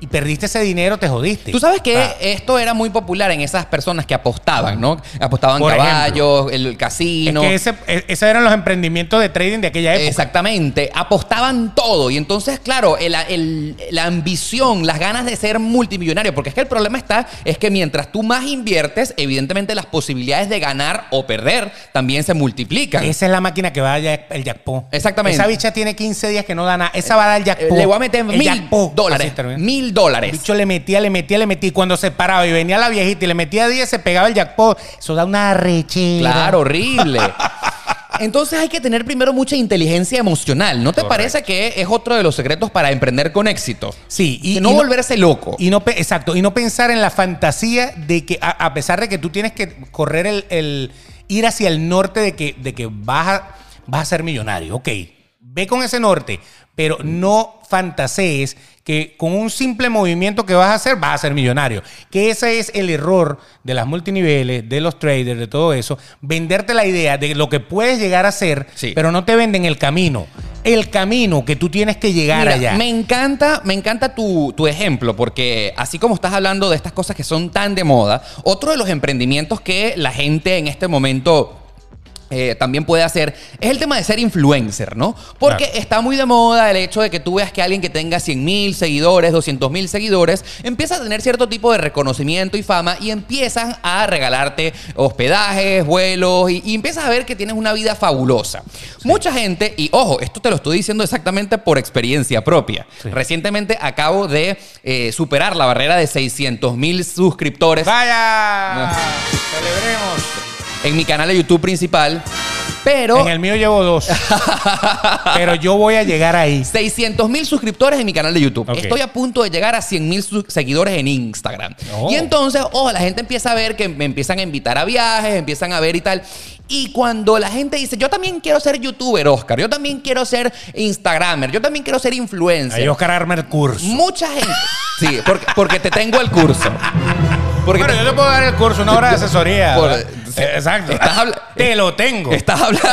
[SPEAKER 2] y perdiste ese dinero, te jodiste.
[SPEAKER 1] Tú sabes que
[SPEAKER 2] Ah,
[SPEAKER 1] esto era muy popular en esas personas que apostaban, ¿no? Apostaban
[SPEAKER 2] Por
[SPEAKER 1] caballos, el
[SPEAKER 2] es
[SPEAKER 1] casino.
[SPEAKER 2] que ese- e- esos eran los emprendimientos de trading de aquella época.
[SPEAKER 1] Exactamente, apostaban todo y entonces, claro, el- el- la ambición, las ganas de ser multimillonario, porque es que el problema está, es que mientras tú más inviertes, evidentemente las posibilidades de ganar o perder también se multiplican.
[SPEAKER 2] Esa es la máquina que va a jack- el jackpot.
[SPEAKER 1] Exactamente.
[SPEAKER 2] Esa bicha tiene 15 días que no da nada. Esa va a dar el
[SPEAKER 1] Eh,
[SPEAKER 2] jackpot.
[SPEAKER 1] Le voy a meter
[SPEAKER 2] El
[SPEAKER 1] mil
[SPEAKER 2] jackpot.
[SPEAKER 1] dólares,
[SPEAKER 2] Así termina.
[SPEAKER 1] mil dólares.
[SPEAKER 2] El bicho le metía, le metía, le metía. Y cuando se paraba y venía la viejita y le metía 10, se pegaba el jackpot. Eso da una rechera.
[SPEAKER 1] Claro, horrible. Entonces hay que tener primero mucha inteligencia emocional. ¿No te parece que es otro de los secretos para emprender con éxito?
[SPEAKER 2] Sí.
[SPEAKER 1] Y, no volverse loco.
[SPEAKER 2] Y no, pe- exacto, y no pensar en la fantasía de que, a, a pesar de que tú tienes que correr el, el- ir hacia el norte de que, de que vas, a, vas a ser millonario, ok, ve con ese norte, pero no fantasees que con un simple movimiento que vas a hacer, vas a ser millonario. Que ese es el error de las multiniveles, de los traders, de todo eso, venderte la idea de lo que puedes llegar a ser,
[SPEAKER 1] Sí.
[SPEAKER 2] pero no te venden el camino. El camino que tú tienes que llegar
[SPEAKER 1] Mira,
[SPEAKER 2] allá.
[SPEAKER 1] Me encanta, me encanta tu, tu ejemplo, porque así como estás hablando de estas cosas que son tan de moda, otro de los emprendimientos que la gente en este momento eh, también puede hacer es el tema de ser influencer, ¿no? Porque
[SPEAKER 2] Claro.
[SPEAKER 1] está muy de moda el hecho de que tú veas que alguien que tenga 100 mil seguidores, 200 mil seguidores, empieza a tener cierto tipo de reconocimiento y fama y empiezan a regalarte hospedajes, vuelos y, y empiezas a ver que tienes una vida fabulosa. Mucha gente, y ojo, esto te lo estoy diciendo exactamente por experiencia propia. Recientemente acabo de eh, superar la barrera de 600 mil suscriptores
[SPEAKER 2] ¡Vaya!
[SPEAKER 1] No.
[SPEAKER 2] ¡Celebremos!
[SPEAKER 1] en mi canal de YouTube principal, pero...
[SPEAKER 2] En el mío llevo dos. pero yo voy a llegar ahí.
[SPEAKER 1] 600 mil suscriptores en mi canal de YouTube.
[SPEAKER 2] Ok.
[SPEAKER 1] Estoy a punto de llegar a 100 mil seguidores en Instagram.
[SPEAKER 2] Oh.
[SPEAKER 1] Y entonces, ojo, la gente empieza a ver que me empiezan a invitar a viajes, empiezan a ver y tal. Y cuando la gente dice, yo también quiero ser youtuber, Oscar, yo también quiero ser Instagramer, yo también quiero ser influencer.
[SPEAKER 2] Ahí Oscar arma el curso.
[SPEAKER 1] Mucha gente. Sí, porque, porque te tengo el curso. Porque
[SPEAKER 2] bueno,
[SPEAKER 1] te-
[SPEAKER 2] yo te puedo dar el curso, una hora de asesoría.
[SPEAKER 1] Por-
[SPEAKER 2] Eh, Exacto.
[SPEAKER 1] Estás habla-
[SPEAKER 2] te lo tengo.
[SPEAKER 1] estás hablando.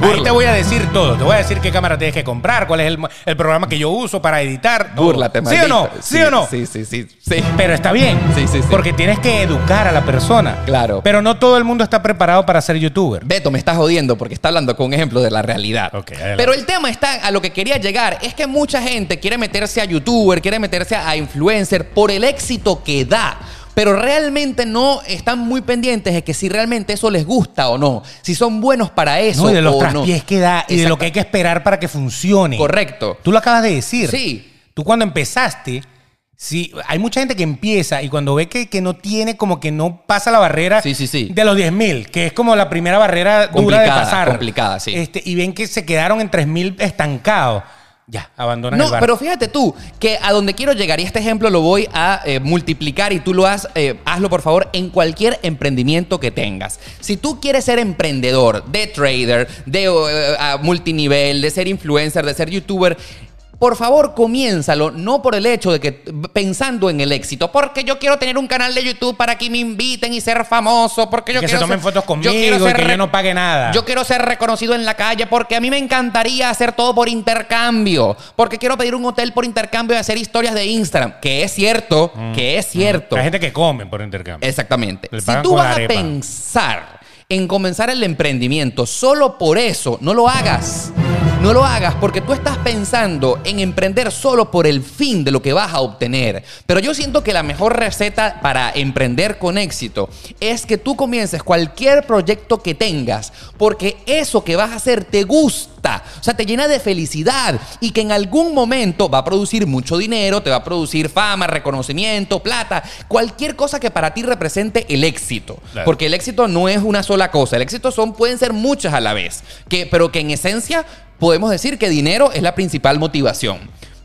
[SPEAKER 2] Ahí te voy a decir todo. Te voy a decir qué cámara tienes que comprar, cuál es el, el programa que yo uso para editar. todo.
[SPEAKER 1] Búrlate,
[SPEAKER 2] ¿Sí o
[SPEAKER 1] maldito.
[SPEAKER 2] no? ¿Sí, o no?
[SPEAKER 1] Sí, sí, sí. sí.
[SPEAKER 2] Pero está bien.
[SPEAKER 1] Sí, sí, sí.
[SPEAKER 2] Porque tienes que educar a la persona.
[SPEAKER 1] Claro.
[SPEAKER 2] Pero no todo el mundo está preparado para ser youtuber.
[SPEAKER 1] Beto, me estás jodiendo porque está hablando con un ejemplo de la realidad.
[SPEAKER 2] Ok, adelante.
[SPEAKER 1] Pero el tema está, a lo que quería llegar, es que mucha gente quiere meterse a youtuber, quiere meterse a influencer por el éxito que da. Pero realmente no están muy pendientes de que si realmente eso les gusta o no, si son buenos para eso.
[SPEAKER 2] No, y de los
[SPEAKER 1] o
[SPEAKER 2] traspiés que da y de lo
[SPEAKER 1] Exacto.
[SPEAKER 2] que hay que esperar para que funcione.
[SPEAKER 1] Correcto.
[SPEAKER 2] Tú lo acabas de decir.
[SPEAKER 1] Sí.
[SPEAKER 2] Tú cuando empezaste, sí, hay mucha gente que empieza y cuando ve que, que no tiene, como que no pasa la barrera
[SPEAKER 1] Sí, sí, sí.
[SPEAKER 2] de los 10.000, que es como la primera barrera dura de
[SPEAKER 1] Complicada,
[SPEAKER 2] pasar.
[SPEAKER 1] complicada, sí.
[SPEAKER 2] Este, y ven que se quedaron en 3.000 estancados. Ya, abandonan el
[SPEAKER 1] No,
[SPEAKER 2] barco.
[SPEAKER 1] pero fíjate tú, que a donde quiero llegar, y este ejemplo lo voy a eh, multiplicar y tú lo has, eh, hazlo por favor en cualquier emprendimiento que tengas. Si tú quieres ser emprendedor, de trader, de eh, a multinivel, de ser influencer, de ser youtuber, por favor, comiénzalo, no por el hecho de que pensando en el éxito, porque yo quiero tener un canal de YouTube para que me inviten y ser famoso, porque yo
[SPEAKER 2] que se
[SPEAKER 1] quiero
[SPEAKER 2] tomen
[SPEAKER 1] ser-
[SPEAKER 2] fotos
[SPEAKER 1] yo
[SPEAKER 2] conmigo
[SPEAKER 1] quiero
[SPEAKER 2] y
[SPEAKER 1] ser
[SPEAKER 2] que yo
[SPEAKER 1] re-
[SPEAKER 2] no pague nada.
[SPEAKER 1] Yo quiero ser reconocido en la calle porque a mí me encantaría hacer todo por intercambio. Porque quiero pedir un hotel por intercambio y hacer historias de Instagram. Que es cierto, que es cierto.
[SPEAKER 2] Hay gente Mm. que come por intercambio.
[SPEAKER 1] Exactamente.
[SPEAKER 2] Le
[SPEAKER 1] Si
[SPEAKER 2] pagan
[SPEAKER 1] tú
[SPEAKER 2] con la
[SPEAKER 1] vas a
[SPEAKER 2] arepa.
[SPEAKER 1] pensar en comenzar el emprendimiento solo por eso, no lo hagas. No lo hagas porque tú estás pensando en emprender solo por el fin de lo que vas a obtener. Pero yo siento que la mejor receta para emprender con éxito es que tú comiences cualquier proyecto que tengas porque eso que vas a hacer te gusta, o sea, te llena de felicidad y que en algún momento va a producir mucho dinero, te va a producir fama, reconocimiento, plata, cualquier cosa que para ti represente el éxito.
[SPEAKER 2] Claro.
[SPEAKER 1] Porque el éxito no es una sola cosa, el éxito son, pueden ser muchas a la vez, que, pero que en esencia podemos decir que dinero es la principal motivación.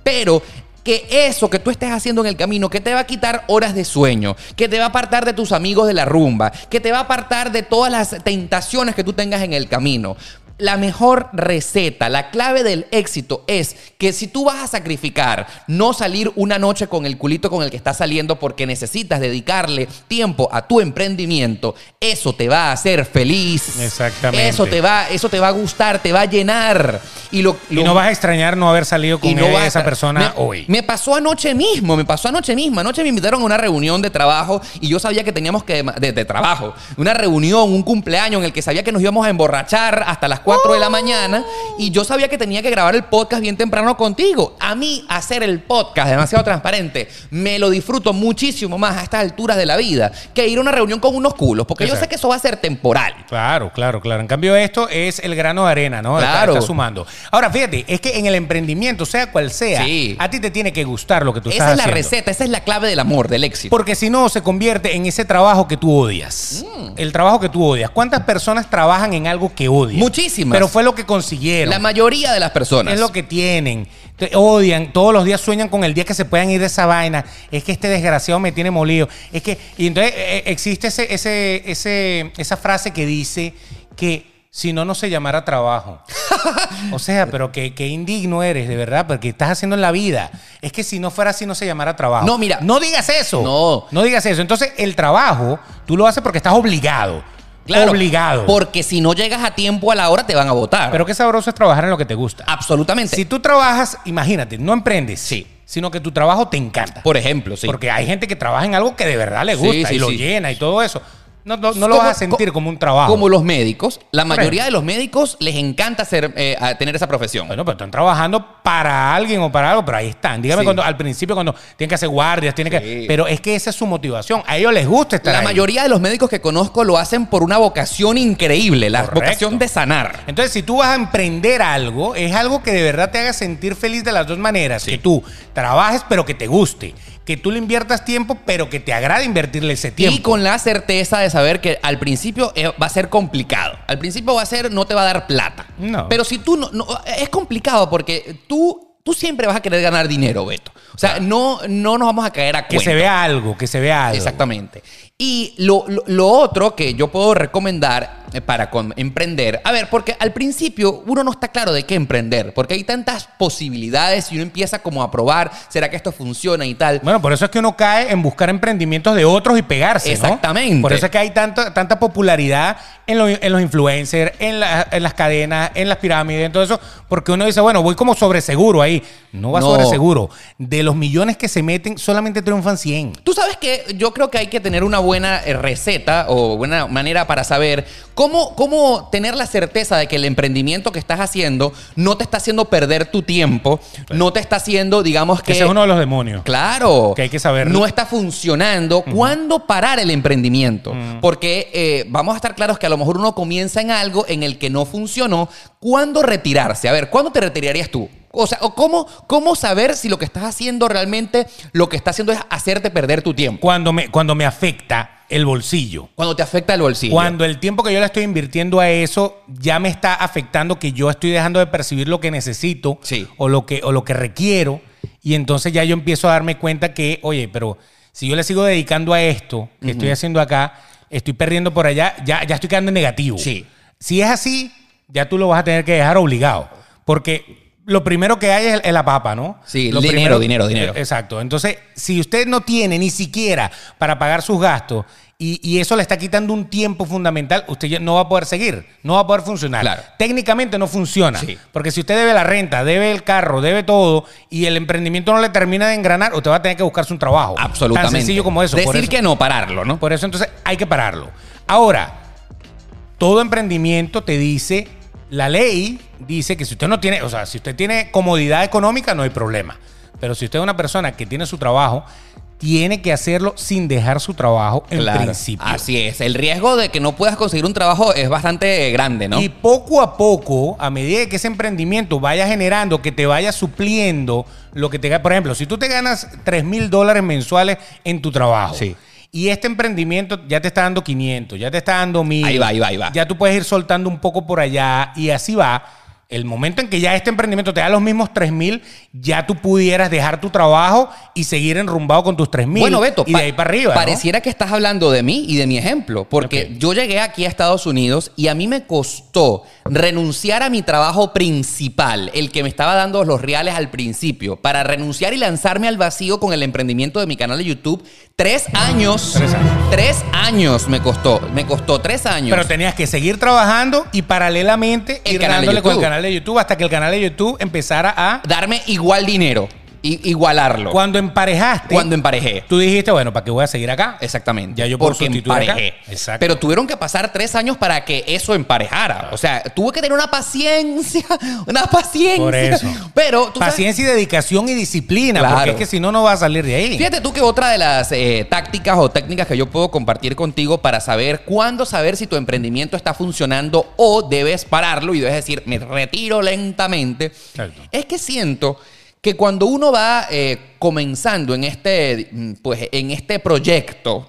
[SPEAKER 1] Pero que eso que tú estés haciendo en el camino, que te va a quitar horas de sueño, que te va a apartar de tus amigos de la rumba, que te va a apartar de todas las tentaciones que tú tengas en el camino. La mejor receta, la clave del éxito es que si tú vas a sacrificar no salir una noche con el culito con el que estás saliendo porque necesitas dedicarle tiempo a tu emprendimiento, eso te va a hacer feliz.
[SPEAKER 2] Exactamente.
[SPEAKER 1] Eso te va, eso te va a gustar, te va a llenar. Y, lo,
[SPEAKER 2] Y
[SPEAKER 1] lo-
[SPEAKER 2] no vas a extrañar no haber salido con
[SPEAKER 1] y no
[SPEAKER 2] él,
[SPEAKER 1] vas a
[SPEAKER 2] esa
[SPEAKER 1] estar-
[SPEAKER 2] persona
[SPEAKER 1] me,
[SPEAKER 2] hoy.
[SPEAKER 1] Me pasó anoche mismo, me pasó anoche mismo. Anoche me invitaron a una reunión de trabajo y yo sabía que teníamos que. de, de trabajo. Una reunión, un cumpleaños en el que sabía que nos íbamos a emborrachar hasta las 4 de la mañana y yo sabía que tenía que grabar el podcast bien temprano contigo. A mí, hacer el podcast demasiado transparente, me lo disfruto muchísimo más a estas alturas de la vida que ir a una reunión con unos culos, porque yo
[SPEAKER 2] Exacto.
[SPEAKER 1] sé que eso va a ser temporal.
[SPEAKER 2] Claro, claro, claro. En cambio, esto es el grano de arena, ¿no? Está-
[SPEAKER 1] Claro.
[SPEAKER 2] Está, sumando. Ahora, fíjate, es que en el emprendimiento, sea cual sea,
[SPEAKER 1] Sí.
[SPEAKER 2] a ti te tiene que gustar lo que tú
[SPEAKER 1] Esa
[SPEAKER 2] estás
[SPEAKER 1] es la
[SPEAKER 2] haciendo.
[SPEAKER 1] receta, esa es la clave del amor, del éxito.
[SPEAKER 2] Porque si no, se convierte en ese trabajo que tú odias.
[SPEAKER 1] Mm.
[SPEAKER 2] El trabajo que tú odias. ¿Cuántas personas trabajan en algo que odian?
[SPEAKER 1] Muchísimas.
[SPEAKER 2] Pero fue lo que consiguieron.
[SPEAKER 1] La mayoría de las personas.
[SPEAKER 2] Es lo que tienen. Te odian. Todos los días sueñan con el día que se puedan ir de esa vaina. Es que este desgraciado me tiene molido. Es que. Y entonces eh, existe ese, ese, ese, esa frase que dice que si no, no se llamara trabajo. O sea, pero que, que indigno eres, de verdad, porque estás haciendo en la vida. Es que si no fuera así, no se llamara trabajo.
[SPEAKER 1] No, mira.
[SPEAKER 2] No digas eso.
[SPEAKER 1] No.
[SPEAKER 2] No digas eso. Entonces, el trabajo, tú lo haces porque estás obligado.
[SPEAKER 1] Claro,
[SPEAKER 2] Obligado.
[SPEAKER 1] Porque si no llegas a tiempo a la hora, te van a votar.
[SPEAKER 2] Pero qué sabroso es trabajar en lo que te gusta.
[SPEAKER 1] Absolutamente.
[SPEAKER 2] Si tú trabajas, imagínate, no emprendes,
[SPEAKER 1] Sí.
[SPEAKER 2] sino que tu trabajo te encanta.
[SPEAKER 1] Por ejemplo, sí.
[SPEAKER 2] Porque hay gente que trabaja en algo que de verdad le
[SPEAKER 1] Sí,
[SPEAKER 2] gusta
[SPEAKER 1] sí,
[SPEAKER 2] y lo
[SPEAKER 1] sí.
[SPEAKER 2] llena y todo eso. No, no- no lo
[SPEAKER 1] Como-
[SPEAKER 2] vas a sentir
[SPEAKER 1] co-
[SPEAKER 2] como un trabajo.
[SPEAKER 1] Como los médicos. La mayoría
[SPEAKER 2] ejemplo.
[SPEAKER 1] de los médicos les encanta ser, eh, a tener esa profesión.
[SPEAKER 2] Bueno, pero están trabajando para alguien o para algo, pero ahí están. Dígame
[SPEAKER 1] Sí.
[SPEAKER 2] cuando al principio cuando tienen que hacer guardias, tienen que.
[SPEAKER 1] Sí.
[SPEAKER 2] Pero es que esa es su motivación. A ellos les gusta estar
[SPEAKER 1] la
[SPEAKER 2] ahí.
[SPEAKER 1] mayoría de los médicos que conozco lo hacen por una vocación increíble, la
[SPEAKER 2] Correcto.
[SPEAKER 1] vocación de sanar.
[SPEAKER 2] Entonces, si tú vas a emprender algo, es algo que de verdad te haga sentir feliz de las dos maneras. Que tú trabajes, pero que te guste. Que tú le inviertas tiempo, pero que te agrade invertirle ese tiempo.
[SPEAKER 1] Y con la certeza de saber que al principio eh, va a ser complicado. Al principio va a ser, no te va a dar plata.
[SPEAKER 2] No.
[SPEAKER 1] Pero si tú no, no- es complicado porque tú, tú siempre vas a querer ganar dinero, Beto. O sea, no, no nos vamos a caer a
[SPEAKER 2] Que
[SPEAKER 1] cuenta.
[SPEAKER 2] se vea algo, que se vea algo.
[SPEAKER 1] Exactamente. Y lo, lo- lo otro que yo puedo recomendar eh, para con- emprender, a ver, porque al principio uno no está claro de qué emprender, porque hay tantas posibilidades y uno empieza como a probar, ¿será que esto funciona y tal?
[SPEAKER 2] Bueno, por eso es que uno cae en buscar emprendimientos de otros y pegarse, ¿no?
[SPEAKER 1] Exactamente.
[SPEAKER 2] Por eso es que hay tanto- tanta popularidad en, los- en los influencers, en, la- en las cadenas, en las pirámides, en todo eso, porque uno dice, bueno, voy como sobre seguro ahí. No va
[SPEAKER 1] No.
[SPEAKER 2] sobre seguro. De los millones que se meten, solamente triunfan 100.
[SPEAKER 1] Tú sabes que yo creo que hay que tener una buena eh, receta o buena manera para saber cómo, cómo tener la certeza de que el emprendimiento que estás haciendo no te está haciendo perder tu tiempo, no te está haciendo, digamos que...
[SPEAKER 2] Ese es uno de los demonios.
[SPEAKER 1] Claro.
[SPEAKER 2] Que hay que saber.
[SPEAKER 1] No está funcionando. ¿Cuándo parar el emprendimiento?
[SPEAKER 2] Mm.
[SPEAKER 1] Porque eh, vamos a estar claros que a lo mejor uno comienza en algo en el que no funcionó. ¿Cuándo retirarse? A ver, ¿cuándo te retirarías tú? O sea, o ¿cómo, ¿cómo saber si lo que estás haciendo realmente lo que está haciendo es hacerte perder tu tiempo?
[SPEAKER 2] Cuando me, cuando me afecta el bolsillo.
[SPEAKER 1] Cuando te afecta el bolsillo.
[SPEAKER 2] Cuando el tiempo que yo le estoy invirtiendo a eso ya me está afectando que yo estoy dejando de percibir lo que necesito
[SPEAKER 1] Sí.
[SPEAKER 2] o, lo que, o lo que requiero. Y entonces ya yo empiezo a darme cuenta que, oye, pero si yo le sigo dedicando a esto que estoy haciendo acá, estoy perdiendo por allá, ya, ya estoy quedando en negativo.
[SPEAKER 1] Sí.
[SPEAKER 2] Si es así, ya tú lo vas a tener que dejar obligado. Porque lo primero que hay es, es la papa, ¿no?
[SPEAKER 1] Sí,
[SPEAKER 2] Lo
[SPEAKER 1] dinero, dinero, dinero.
[SPEAKER 2] Eh, Exacto. Entonces, si usted no tiene ni siquiera para pagar sus gastos y, y eso le está quitando un tiempo fundamental, usted ya no va a poder seguir, no va a poder funcionar.
[SPEAKER 1] Claro.
[SPEAKER 2] Técnicamente no funciona.
[SPEAKER 1] Sí.
[SPEAKER 2] Porque si usted debe la renta, debe el carro, debe todo y el emprendimiento no le termina de engranar, usted va a tener que buscarse un trabajo.
[SPEAKER 1] Absolutamente.
[SPEAKER 2] Tan sencillo como eso. Por
[SPEAKER 1] Decir
[SPEAKER 2] eso-
[SPEAKER 1] que no, pararlo, ¿no?
[SPEAKER 2] por eso entonces hay que pararlo. Ahora, todo emprendimiento te dice, la ley dice que si usted no tiene, o sea, si usted tiene comodidad económica, no hay problema. Pero si usted es una persona que tiene su trabajo, tiene que hacerlo sin dejar su trabajo en
[SPEAKER 1] Claro.
[SPEAKER 2] principio.
[SPEAKER 1] Así es. El riesgo de que no puedas conseguir un trabajo es bastante eh, grande, ¿no?
[SPEAKER 2] Y poco a poco, a medida que ese emprendimiento vaya generando, que te vaya supliendo lo que te gana. Por ejemplo, si tú te ganas 3 mil dólares mensuales en tu trabajo.
[SPEAKER 1] Sí.
[SPEAKER 2] Y este emprendimiento ya te está dando 500, ya te está dando 1000.
[SPEAKER 1] Ahí va, ahí va, ahí va.
[SPEAKER 2] Ya tú puedes ir soltando un poco por allá y así va. El momento en que ya este emprendimiento te da los mismos 3 mil, ya tú pudieras dejar tu trabajo y seguir enrumbado con tus 3 mil.
[SPEAKER 1] Bueno, Beto,
[SPEAKER 2] y de
[SPEAKER 1] pa-
[SPEAKER 2] ahí para arriba. ¿no?
[SPEAKER 1] Pareciera que estás hablando de mí y de mi ejemplo, porque
[SPEAKER 2] Ok.
[SPEAKER 1] yo llegué aquí a Estados Unidos y a mí me costó renunciar a mi trabajo principal, el que me estaba dando los reales al principio, para renunciar y lanzarme al vacío con el emprendimiento de mi canal de YouTube. Tres años.
[SPEAKER 2] Tres años.
[SPEAKER 1] Tres años me costó. Me costó tres años.
[SPEAKER 2] Pero tenías que seguir trabajando y paralelamente
[SPEAKER 1] El
[SPEAKER 2] ir
[SPEAKER 1] canal de
[SPEAKER 2] dándole con el
[SPEAKER 1] YouTube.
[SPEAKER 2] canal de YouTube hasta que el canal de YouTube empezara a.
[SPEAKER 1] Darme igual dinero. i- igualarlo.
[SPEAKER 2] Cuando emparejaste,
[SPEAKER 1] Cuando em- emparejé.
[SPEAKER 2] tú dijiste, bueno, ¿para qué voy a seguir acá?
[SPEAKER 1] Exactamente.
[SPEAKER 2] Ya yo puedo sustituir acá.
[SPEAKER 1] emparejé.
[SPEAKER 2] Exacto.
[SPEAKER 1] Pero tuvieron que pasar tres años para que eso emparejara. O sea, tuve que tener una paciencia, una paciencia.
[SPEAKER 2] Por eso.
[SPEAKER 1] Pero tú sabes-
[SPEAKER 2] Paciencia y dedicación y disciplina,
[SPEAKER 1] Claro.
[SPEAKER 2] porque es que si no, no vas a salir de ahí.
[SPEAKER 1] Fíjate tú que otra de las eh, tácticas o técnicas que yo puedo compartir contigo para saber cuándo saber si tu emprendimiento está funcionando o debes pararlo y debes decir, me retiro lentamente.
[SPEAKER 2] Exacto.
[SPEAKER 1] Es que siento que cuando uno va eh, comenzando en este, mm, pues, en este proyecto,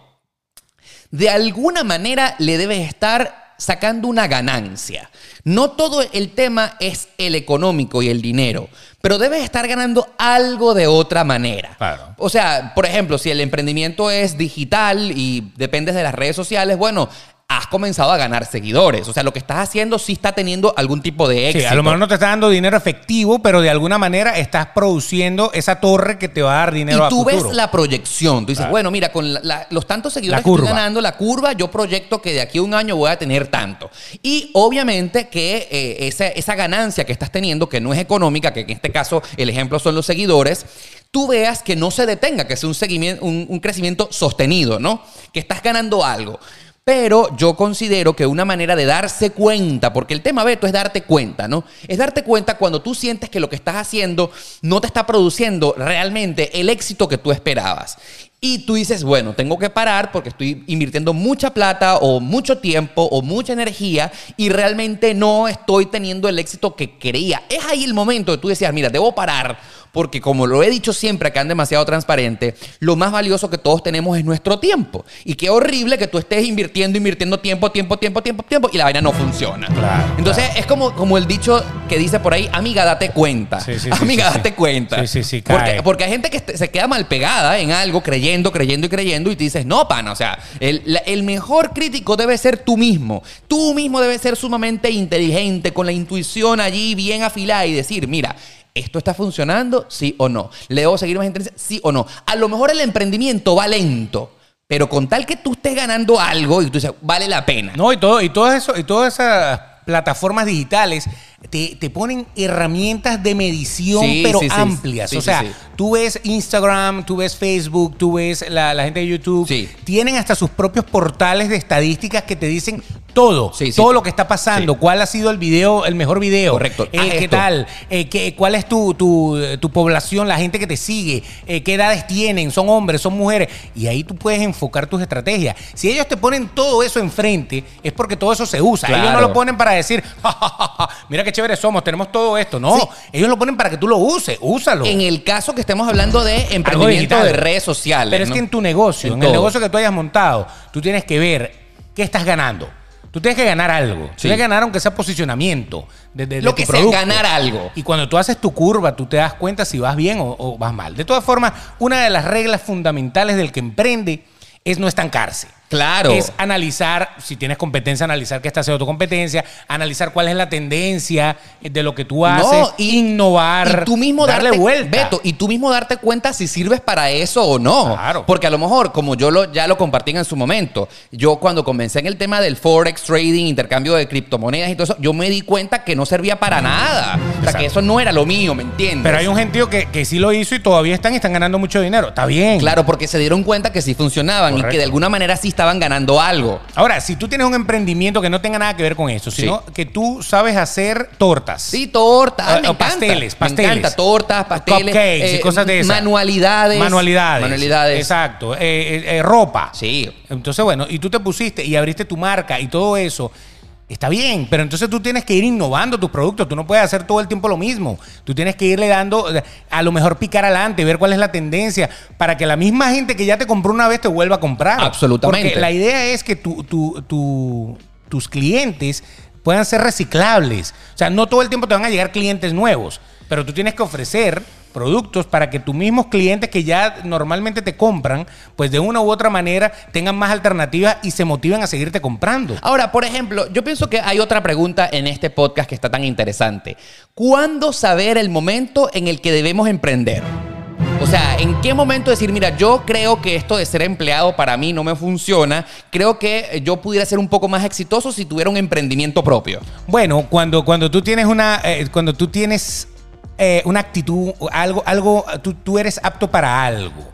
[SPEAKER 1] de alguna manera le debes estar sacando una ganancia. No todo el tema es el económico y el dinero, pero debes estar ganando algo de otra manera.
[SPEAKER 2] Claro.
[SPEAKER 1] O sea, por ejemplo, si el emprendimiento es digital y dependes de las redes sociales, bueno, has comenzado a ganar seguidores. O sea, lo que estás haciendo sí está teniendo algún tipo de
[SPEAKER 2] Sí,
[SPEAKER 1] éxito.
[SPEAKER 2] a lo mejor no te está dando dinero efectivo, pero de alguna manera estás produciendo esa torre que te va a dar dinero
[SPEAKER 1] y tú
[SPEAKER 2] a futuro.
[SPEAKER 1] ves la proyección. Tú dices,
[SPEAKER 2] Claro.
[SPEAKER 1] bueno, mira, con la- la- los tantos seguidores
[SPEAKER 2] La
[SPEAKER 1] que estoy
[SPEAKER 2] curva.
[SPEAKER 1] ganando, la curva, yo proyecto que de aquí a un año voy a tener tanto. Y obviamente que eh, esa, esa ganancia que estás teniendo, que no es económica, que en este caso el ejemplo son los seguidores, tú veas que no se detenga, que sea un, seguimi- un, un crecimiento sostenido, ¿no? Que estás ganando algo. Pero yo considero que una manera de darse cuenta, porque el tema, Beto, es darte cuenta, ¿no? Es darte cuenta cuando tú sientes que lo que estás haciendo no te está produciendo realmente el éxito que tú esperabas. Y tú dices, bueno, tengo que parar porque estoy invirtiendo mucha plata o mucho tiempo o mucha energía y realmente no estoy teniendo el éxito que quería. Es ahí el momento que tú decías, mira, debo parar porque como lo he dicho siempre acá en Demasiado Transparente, lo más valioso que todos tenemos es nuestro tiempo. Y qué horrible que tú estés invirtiendo, invirtiendo tiempo, tiempo, tiempo, tiempo, tiempo, y la vaina no funciona.
[SPEAKER 2] Claro,
[SPEAKER 1] Entonces es como, como el dicho que dice por ahí, amiga, date cuenta.
[SPEAKER 2] Sí, sí, sí,
[SPEAKER 1] amiga,
[SPEAKER 2] sí, sí.
[SPEAKER 1] date cuenta.
[SPEAKER 2] Sí, sí, sí,
[SPEAKER 1] Porque,
[SPEAKER 2] cae.
[SPEAKER 1] porque hay gente que este- se queda mal pegada en algo, creyendo, creyendo y creyendo, y te dices, no, pana, o sea, el, la- el mejor crítico debe ser tú mismo. Tú mismo debes ser sumamente inteligente, con la intuición allí bien afilada y decir, mira, ¿esto está funcionando? Sí o no. ¿Le debo seguir más intensa? Sí o no. A lo mejor el emprendimiento va lento, pero con tal que tú estés ganando algo y tú dices, vale la pena.
[SPEAKER 2] No, y todo, y todo eso, y todas esas plataformas digitales te, te ponen herramientas de medición,
[SPEAKER 1] Sí,
[SPEAKER 2] pero
[SPEAKER 1] sí, sí.
[SPEAKER 2] amplias.
[SPEAKER 1] Sí,
[SPEAKER 2] o
[SPEAKER 1] sí,
[SPEAKER 2] sea,
[SPEAKER 1] sí.
[SPEAKER 2] tú ves Instagram, tú ves Facebook, tú ves la, la gente de YouTube.
[SPEAKER 1] Sí.
[SPEAKER 2] Tienen hasta sus propios portales de estadísticas que te dicen todo,
[SPEAKER 1] Sí, sí.
[SPEAKER 2] todo lo que está pasando, cuál ha sido el video, el mejor video.
[SPEAKER 1] Correcto.
[SPEAKER 2] Eh,
[SPEAKER 1] Haz
[SPEAKER 2] ¿Qué
[SPEAKER 1] esto.
[SPEAKER 2] tal? Eh, ¿qué- ¿Cuál es tu, tu, tu población, la gente que te sigue? Eh, ¿Qué edades tienen? ¿Son hombres? ¿Son mujeres? Y ahí tú puedes enfocar tus estrategias. Si ellos te ponen todo eso enfrente, es porque todo eso se usa. Ellos no
[SPEAKER 1] Claro.
[SPEAKER 2] lo ponen para decir, "Ja, ja, ja, ja, mira qué chévere somos, tenemos todo esto. No,
[SPEAKER 1] Sí.
[SPEAKER 2] ellos lo ponen para que tú lo uses, úsalo.
[SPEAKER 1] En el caso que estemos hablando de emprendimiento
[SPEAKER 2] digital.
[SPEAKER 1] de redes sociales.
[SPEAKER 2] Pero es
[SPEAKER 1] ¿no?
[SPEAKER 2] que en tu negocio,
[SPEAKER 1] En
[SPEAKER 2] en, el
[SPEAKER 1] todo.
[SPEAKER 2] negocio que tú hayas montado, tú tienes que ver qué estás ganando. Tú tienes que ganar algo. Tú
[SPEAKER 1] Sí.
[SPEAKER 2] Tienes que ganar aunque sea posicionamiento. De, de- de
[SPEAKER 1] Lo
[SPEAKER 2] tu
[SPEAKER 1] que sea,
[SPEAKER 2] producto.
[SPEAKER 1] ganar algo.
[SPEAKER 2] Y cuando tú haces tu curva, tú te das cuenta si vas bien o, o vas mal. De todas formas, una de las reglas fundamentales del que emprende es no estancarse.
[SPEAKER 1] Claro.
[SPEAKER 2] Es analizar, si tienes competencia, analizar qué está haciendo tu competencia, analizar cuál es la tendencia de lo que tú haces,
[SPEAKER 1] y-
[SPEAKER 2] innovar,
[SPEAKER 1] y tú mismo
[SPEAKER 2] darle
[SPEAKER 1] darte,
[SPEAKER 2] vuelta.
[SPEAKER 1] Beto, y tú mismo darte cuenta si sirves para eso o no.
[SPEAKER 2] Claro.
[SPEAKER 1] Porque a lo mejor, como yo lo, ya lo compartí en su momento, yo cuando comencé en el tema del forex trading, intercambio de criptomonedas y todo eso, yo me di cuenta que no servía para nada. O sea,
[SPEAKER 2] Exacto.
[SPEAKER 1] que eso no era lo mío, ¿me entiendes?
[SPEAKER 2] Pero hay un gentío que, que sí lo hizo y todavía están y están ganando mucho dinero. Está bien.
[SPEAKER 1] Claro, porque se dieron cuenta que sí funcionaban y que
[SPEAKER 2] Correcto.
[SPEAKER 1] de alguna manera sí estaban ganando algo.
[SPEAKER 2] Ahora, si tú tienes un emprendimiento que no tenga nada que ver con eso, sino que tú sabes hacer tortas.
[SPEAKER 1] Sí, tortas. Ah,
[SPEAKER 2] Ah,
[SPEAKER 1] me
[SPEAKER 2] o
[SPEAKER 1] encanta.
[SPEAKER 2] pasteles, pasteles.
[SPEAKER 1] Me encanta, tortas, pasteles.
[SPEAKER 2] Cupcakes y
[SPEAKER 1] eh,
[SPEAKER 2] cosas de esas.
[SPEAKER 1] Manualidades.
[SPEAKER 2] Manualidades.
[SPEAKER 1] Manualidades.
[SPEAKER 2] Exacto. Eh, eh, eh, ropa.
[SPEAKER 1] Sí.
[SPEAKER 2] Entonces, bueno, y tú te pusiste y abriste tu marca y todo eso. Está bien, pero entonces tú tienes que ir innovando tus productos. Tú no puedes hacer todo el tiempo lo mismo. Tú tienes que irle dando, eh, a lo mejor picar adelante, ver cuál es la tendencia, para que la misma gente que ya te compró una vez te vuelva a comprar.
[SPEAKER 1] Absolutamente.
[SPEAKER 2] Porque la idea es que tu- tu- tu- tus clientes puedan ser reciclables. O sea, no todo el tiempo te van a llegar clientes nuevos, pero tú tienes que ofrecer productos para que tus mismos clientes que ya normalmente te compran, pues de una u otra manera tengan más alternativas y se motiven a seguirte comprando.
[SPEAKER 1] Ahora, por ejemplo, yo pienso que hay otra pregunta en este podcast que está tan interesante. ¿Cuándo saber el momento en el que debemos emprender? O sea, ¿en qué momento decir, mira, yo creo que esto de ser empleado para mí no me funciona, creo que eh, yo pudiera ser un poco más exitoso si tuviera un emprendimiento propio?
[SPEAKER 2] Bueno, cuando, cuando tú tienes una. eh, cuando tú tienes. eh, una actitud, o algo, algo, tú, tú eres apto para algo.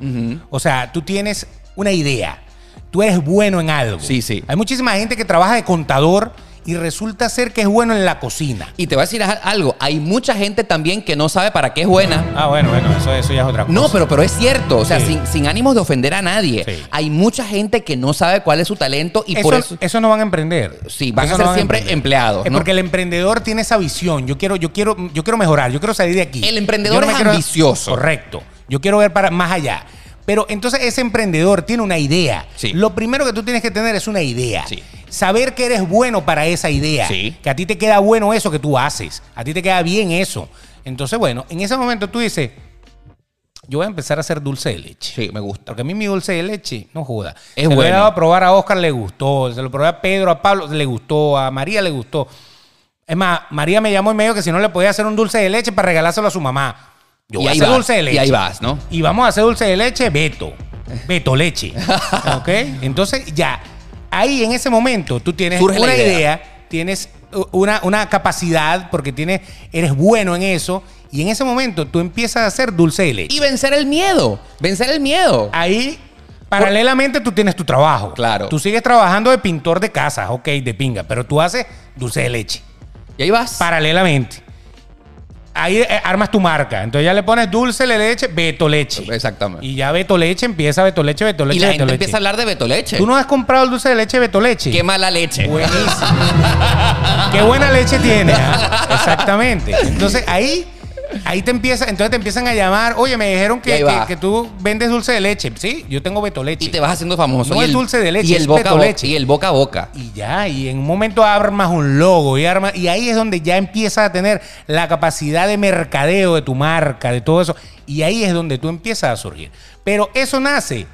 [SPEAKER 2] O sea, tú tienes una idea. Tú eres bueno en algo.
[SPEAKER 1] Sí, sí.
[SPEAKER 2] Hay muchísima gente que trabaja de contador y resulta ser que es bueno en la cocina.
[SPEAKER 1] Y te voy a decir algo, hay mucha gente también que no sabe para qué es buena.
[SPEAKER 2] Ah, bueno, bueno, eso, eso ya es otra cosa.
[SPEAKER 1] No, pero, pero es cierto, o sea,
[SPEAKER 2] Sí.
[SPEAKER 1] sin, sin ánimos de ofender a nadie.
[SPEAKER 2] Sí.
[SPEAKER 1] Hay mucha gente que no sabe cuál es su talento y
[SPEAKER 2] eso,
[SPEAKER 1] por eso...
[SPEAKER 2] eso no van a emprender.
[SPEAKER 1] Sí, van a
[SPEAKER 2] Eso
[SPEAKER 1] ser
[SPEAKER 2] no
[SPEAKER 1] siempre
[SPEAKER 2] emprender.
[SPEAKER 1] empleados,
[SPEAKER 2] Es
[SPEAKER 1] ¿no?
[SPEAKER 2] Porque el emprendedor tiene esa visión. Yo quiero, yo quiero, yo quiero mejorar, yo quiero salir de aquí.
[SPEAKER 1] El emprendedor
[SPEAKER 2] Yo me
[SPEAKER 1] es
[SPEAKER 2] quiero-
[SPEAKER 1] ambicioso.
[SPEAKER 2] Correcto. Yo quiero ver para más allá. Pero entonces ese emprendedor tiene una idea.
[SPEAKER 1] Sí.
[SPEAKER 2] Lo primero que tú tienes que tener es una idea.
[SPEAKER 1] Sí.
[SPEAKER 2] Saber que eres bueno para esa idea.
[SPEAKER 1] Sí.
[SPEAKER 2] Que a ti te queda bueno eso que tú haces. A ti te queda bien eso. Entonces, bueno, en ese momento tú dices, yo voy a empezar a hacer dulce de leche.
[SPEAKER 1] Sí, me gusta.
[SPEAKER 2] Porque a mí mi dulce de leche, no joda.
[SPEAKER 1] Es
[SPEAKER 2] se lo he
[SPEAKER 1] bueno.
[SPEAKER 2] dado a probar a Oscar, le gustó. Se lo probé a Pedro, a Pablo, le gustó. A María le gustó. Es más, María me llamó y me dijo que si no le podía hacer un dulce de leche para regalárselo a su mamá. Yo
[SPEAKER 1] Y
[SPEAKER 2] voy a
[SPEAKER 1] ahí
[SPEAKER 2] hacer
[SPEAKER 1] vas,
[SPEAKER 2] dulce de
[SPEAKER 1] y
[SPEAKER 2] leche.
[SPEAKER 1] ahí vas, ¿no?
[SPEAKER 2] Y vamos a hacer dulce de leche, Beto. Beto leche. ¿Ok? Entonces, ya. Ahí en ese momento tú tienes
[SPEAKER 1] Surge la
[SPEAKER 2] una
[SPEAKER 1] idea.
[SPEAKER 2] idea idea, tienes u- una, una capacidad porque tienes, eres bueno en eso y en ese momento tú empiezas a hacer dulce de leche.
[SPEAKER 1] Y vencer el miedo, vencer el miedo.
[SPEAKER 2] Ahí, paralelamente, tú tienes tu trabajo.
[SPEAKER 1] Claro.
[SPEAKER 2] Tú sigues trabajando de pintor de casas, ok, de pinga, pero tú haces dulce de leche.
[SPEAKER 1] Y ahí vas.
[SPEAKER 2] Paralelamente. Ahí eh, armas tu marca. Entonces ya le pones dulce de leche, Beto Leche.
[SPEAKER 1] Exactamente.
[SPEAKER 2] Y ya Beto Leche empieza Beto Leche, Beto Leche,
[SPEAKER 1] y la
[SPEAKER 2] Beto
[SPEAKER 1] gente
[SPEAKER 2] Leche.
[SPEAKER 1] empieza a hablar de Beto Leche.
[SPEAKER 2] ¿Tú no has comprado el dulce de leche Beto Leche?
[SPEAKER 1] Qué mala leche.
[SPEAKER 2] Buenísimo. Qué buena leche tiene. ¿ah? Exactamente. Entonces ahí Ahí te empieza, entonces te empiezan a llamar, oye, me dijeron
[SPEAKER 1] Y
[SPEAKER 2] que,
[SPEAKER 1] ahí
[SPEAKER 2] que,
[SPEAKER 1] va.
[SPEAKER 2] que tú vendes dulce de leche. Sí, yo tengo beto leche.
[SPEAKER 1] Y te vas haciendo famoso.
[SPEAKER 2] No
[SPEAKER 1] y
[SPEAKER 2] es dulce de leche,
[SPEAKER 1] Y
[SPEAKER 2] es
[SPEAKER 1] el boca a boca.
[SPEAKER 2] petoleche.
[SPEAKER 1] Y el boca a boca.
[SPEAKER 2] Y ya, y en un momento armas un logo y armas, y ahí es donde ya empiezas a tener la capacidad de mercadeo de tu marca, de todo eso. Y ahí es donde tú empiezas a surgir. Pero eso nace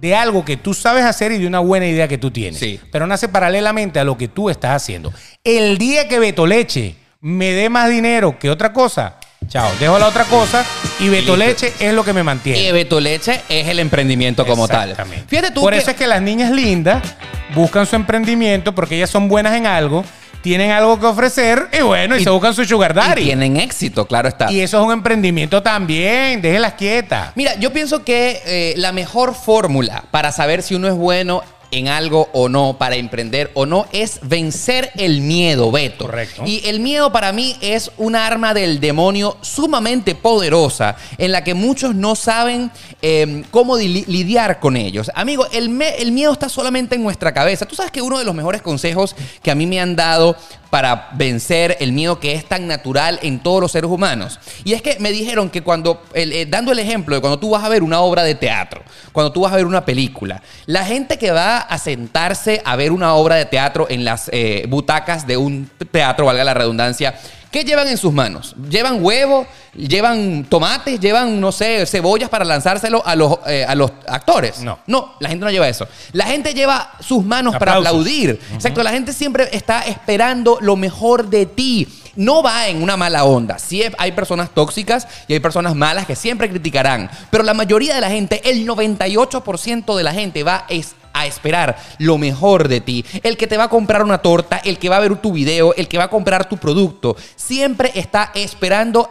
[SPEAKER 2] de algo que tú sabes hacer y de una buena idea que tú tienes.
[SPEAKER 1] Sí.
[SPEAKER 2] Pero nace paralelamente a lo que tú estás haciendo. El día que Betoleche me dé más dinero que otra cosa, chao, dejo la otra cosa y Betoleche es lo que me mantiene.
[SPEAKER 1] Y Beto Leche es el emprendimiento como tal.
[SPEAKER 2] Exactamente.
[SPEAKER 1] Fíjate tú.
[SPEAKER 2] Por
[SPEAKER 1] que-
[SPEAKER 2] eso es que las niñas lindas buscan su emprendimiento porque ellas son buenas en algo, tienen algo que ofrecer y bueno, y,
[SPEAKER 1] Y-
[SPEAKER 2] se buscan su sugar
[SPEAKER 1] y
[SPEAKER 2] daddy. Y,
[SPEAKER 1] tienen éxito, claro está.
[SPEAKER 2] eso es un emprendimiento también, déjenlas quietas.
[SPEAKER 1] Mira, yo pienso que eh, la mejor fórmula para saber si uno es bueno en algo o no, para emprender o no, es vencer el miedo, Beto.
[SPEAKER 2] Correcto.
[SPEAKER 1] Y el miedo para mí es un arma del demonio sumamente poderosa en la que muchos no saben eh, cómo di- lidiar con ellos. Amigo, el, me- el miedo está solamente en nuestra cabeza. Tú sabes que uno de los mejores consejos que a mí me han dado para vencer el miedo que es tan natural en todos los seres humanos. Y es que me dijeron que cuando, el- eh, dando el ejemplo de cuando tú vas a ver una obra de teatro, cuando tú vas a ver una película, la gente que va a sentarse a ver una obra de teatro en las eh, butacas de un teatro, valga la redundancia, ¿qué llevan en sus manos? Llevan huevo, llevan tomates, llevan, no sé, cebollas para lanzárselo a los, eh, a los actores.
[SPEAKER 2] No.
[SPEAKER 1] No, la gente no lleva eso. La gente lleva sus manos para
[SPEAKER 2] Aplausos.
[SPEAKER 1] aplaudir competir. Exacto, la gente siempre está esperando lo mejor de ti. No va en una mala onda. Sí hay personas tóxicas y hay personas malas que siempre criticarán. Pero la mayoría de la gente, el 98% de la gente va es- a esperar lo mejor de ti. El que te va a comprar una torta, el que va a ver tu video, el que va a comprar tu producto, siempre está esperando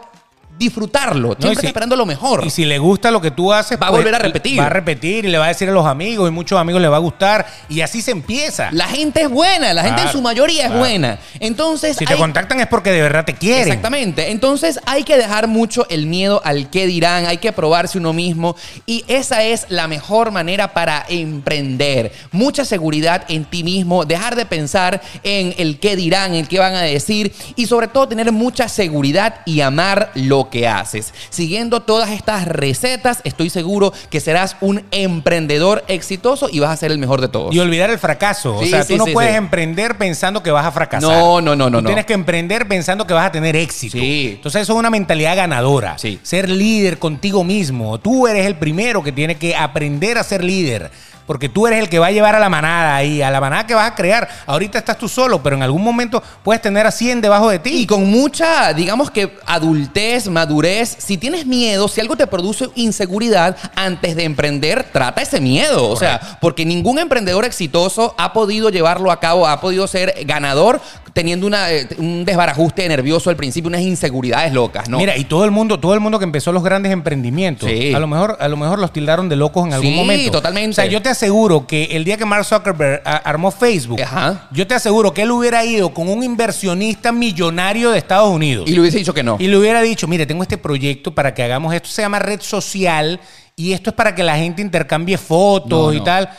[SPEAKER 1] disfrutarlo. Siempre
[SPEAKER 2] y
[SPEAKER 1] está
[SPEAKER 2] si-
[SPEAKER 1] esperando lo mejor.
[SPEAKER 2] Y si le gusta lo que tú haces, pues,
[SPEAKER 1] Va a volver a repetir.
[SPEAKER 2] Va a repetir y le va a decir a los amigos y muchos amigos le va a gustar y así se empieza.
[SPEAKER 1] La gente es buena, la gente en
[SPEAKER 2] Claro,
[SPEAKER 1] su mayoría es
[SPEAKER 2] claro.
[SPEAKER 1] buena. Entonces,
[SPEAKER 2] si te
[SPEAKER 1] hay-
[SPEAKER 2] contactan es porque de verdad te quieren.
[SPEAKER 1] Exactamente. Entonces hay que dejar mucho el miedo al qué dirán, hay que probarse uno mismo y esa es la mejor manera para emprender. Mucha seguridad en ti mismo, dejar de pensar en el qué dirán, el qué van a decir y sobre todo tener mucha seguridad y amar lo que haces. Siguiendo todas estas recetas, estoy seguro que serás un emprendedor exitoso y vas a ser el mejor de todos.
[SPEAKER 2] Y olvidar el fracaso. o
[SPEAKER 1] Sí,
[SPEAKER 2] sea,
[SPEAKER 1] sí,
[SPEAKER 2] tú no
[SPEAKER 1] sí,
[SPEAKER 2] puedes
[SPEAKER 1] sí.
[SPEAKER 2] emprender pensando que vas a fracasar.
[SPEAKER 1] No, no, no, no,
[SPEAKER 2] Tú
[SPEAKER 1] no.
[SPEAKER 2] tienes que emprender pensando que vas a tener éxito.
[SPEAKER 1] Sí.
[SPEAKER 2] Entonces, eso es una mentalidad ganadora.
[SPEAKER 1] Sí.
[SPEAKER 2] Ser líder contigo mismo. Tú eres el primero que tiene que aprender a ser líder. Porque tú eres el que va a llevar a la manada ahí, a la manada que vas a crear. Ahorita estás tú solo, pero en algún momento puedes tener a 100 debajo de ti.
[SPEAKER 1] Y con mucha, digamos que adultez, madurez, si tienes miedo, si algo te produce inseguridad, antes de emprender, trata ese miedo. O sea, porque ningún emprendedor exitoso ha podido llevarlo a cabo, ha podido ser ganador teniendo una, eh, un desbarajuste nervioso al principio, unas inseguridades locas, ¿no?
[SPEAKER 2] Mira, y todo el mundo, todo el mundo que empezó los grandes emprendimientos,
[SPEAKER 1] Sí.
[SPEAKER 2] a lo mejor, a lo mejor los tildaron de locos en algún
[SPEAKER 1] Sí,
[SPEAKER 2] momento.
[SPEAKER 1] totalmente.
[SPEAKER 2] O sea, yo te aseguro que el día que Mark Zuckerberg a- armó Facebook,
[SPEAKER 1] Ajá.
[SPEAKER 2] yo te aseguro que él hubiera ido con un inversionista millonario de Estados Unidos.
[SPEAKER 1] y le hubiese dicho que no.
[SPEAKER 2] Y le hubiera dicho, mire, tengo este proyecto para que hagamos esto, se llama red social y esto es para que la gente intercambie fotos
[SPEAKER 1] No,
[SPEAKER 2] y
[SPEAKER 1] no.
[SPEAKER 2] tal.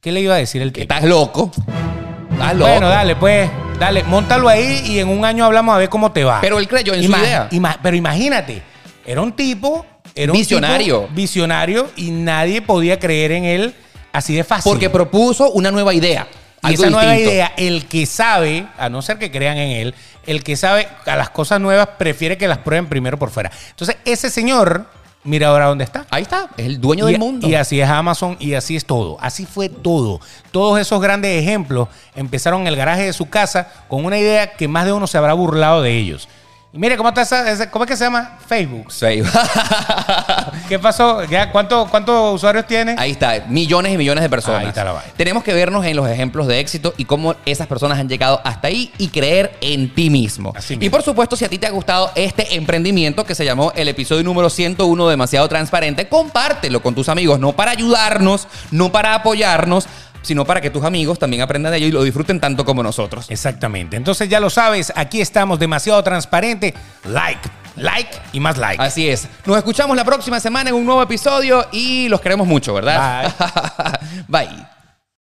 [SPEAKER 2] ¿Qué le iba a decir el
[SPEAKER 1] Que
[SPEAKER 2] tipo?
[SPEAKER 1] estás loco. Estás loco.
[SPEAKER 2] Bueno, dale, pues, dale, montalo ahí y en un año hablamos a ver cómo te va.
[SPEAKER 1] Pero él creyó en su idea.
[SPEAKER 2] ima- pero imagínate, era un tipo, era un
[SPEAKER 1] Visionario.
[SPEAKER 2] tipo visionario y nadie podía creer en él así de fácil.
[SPEAKER 1] porque propuso una nueva idea.
[SPEAKER 2] y
[SPEAKER 1] algo
[SPEAKER 2] esa nueva
[SPEAKER 1] distinto.
[SPEAKER 2] idea, el que sabe, a no ser que crean en él, el que sabe a las cosas nuevas prefiere que las prueben primero por fuera. Entonces, ese señor, mira ahora dónde está.
[SPEAKER 1] Ahí está, es el dueño
[SPEAKER 2] Y-
[SPEAKER 1] del mundo.
[SPEAKER 2] Y así es Amazon y así es todo. Así fue todo. Todos esos grandes ejemplos empezaron en el garaje de su casa con una idea que más de uno se habrá burlado de ellos. Y mire, ¿cómo, está esa- esa- ¿cómo es que se llama? Facebook.
[SPEAKER 1] Sí.
[SPEAKER 2] ¿Qué pasó? ¿Ya? ¿Cuánto- ¿Cuántos usuarios tiene?
[SPEAKER 1] Ahí está, millones y millones de personas.
[SPEAKER 2] Ahí está la vaina.
[SPEAKER 1] Tenemos que vernos en los ejemplos de éxito y cómo esas personas han llegado hasta ahí y creer en ti mismo.
[SPEAKER 2] Así mismo.
[SPEAKER 1] y por supuesto, si a ti te ha gustado este emprendimiento que se llamó el episodio número 101 demasiado transparente, compártelo con tus amigos, no para ayudarnos, no para apoyarnos, sino para que tus amigos también aprendan de ello y lo disfruten tanto como nosotros.
[SPEAKER 2] Exactamente. Entonces ya lo sabes, aquí estamos demasiado transparente. Like, like y más like.
[SPEAKER 1] Así es. Nos escuchamos la próxima semana en un nuevo episodio y los queremos mucho, ¿verdad? Bye. Bye.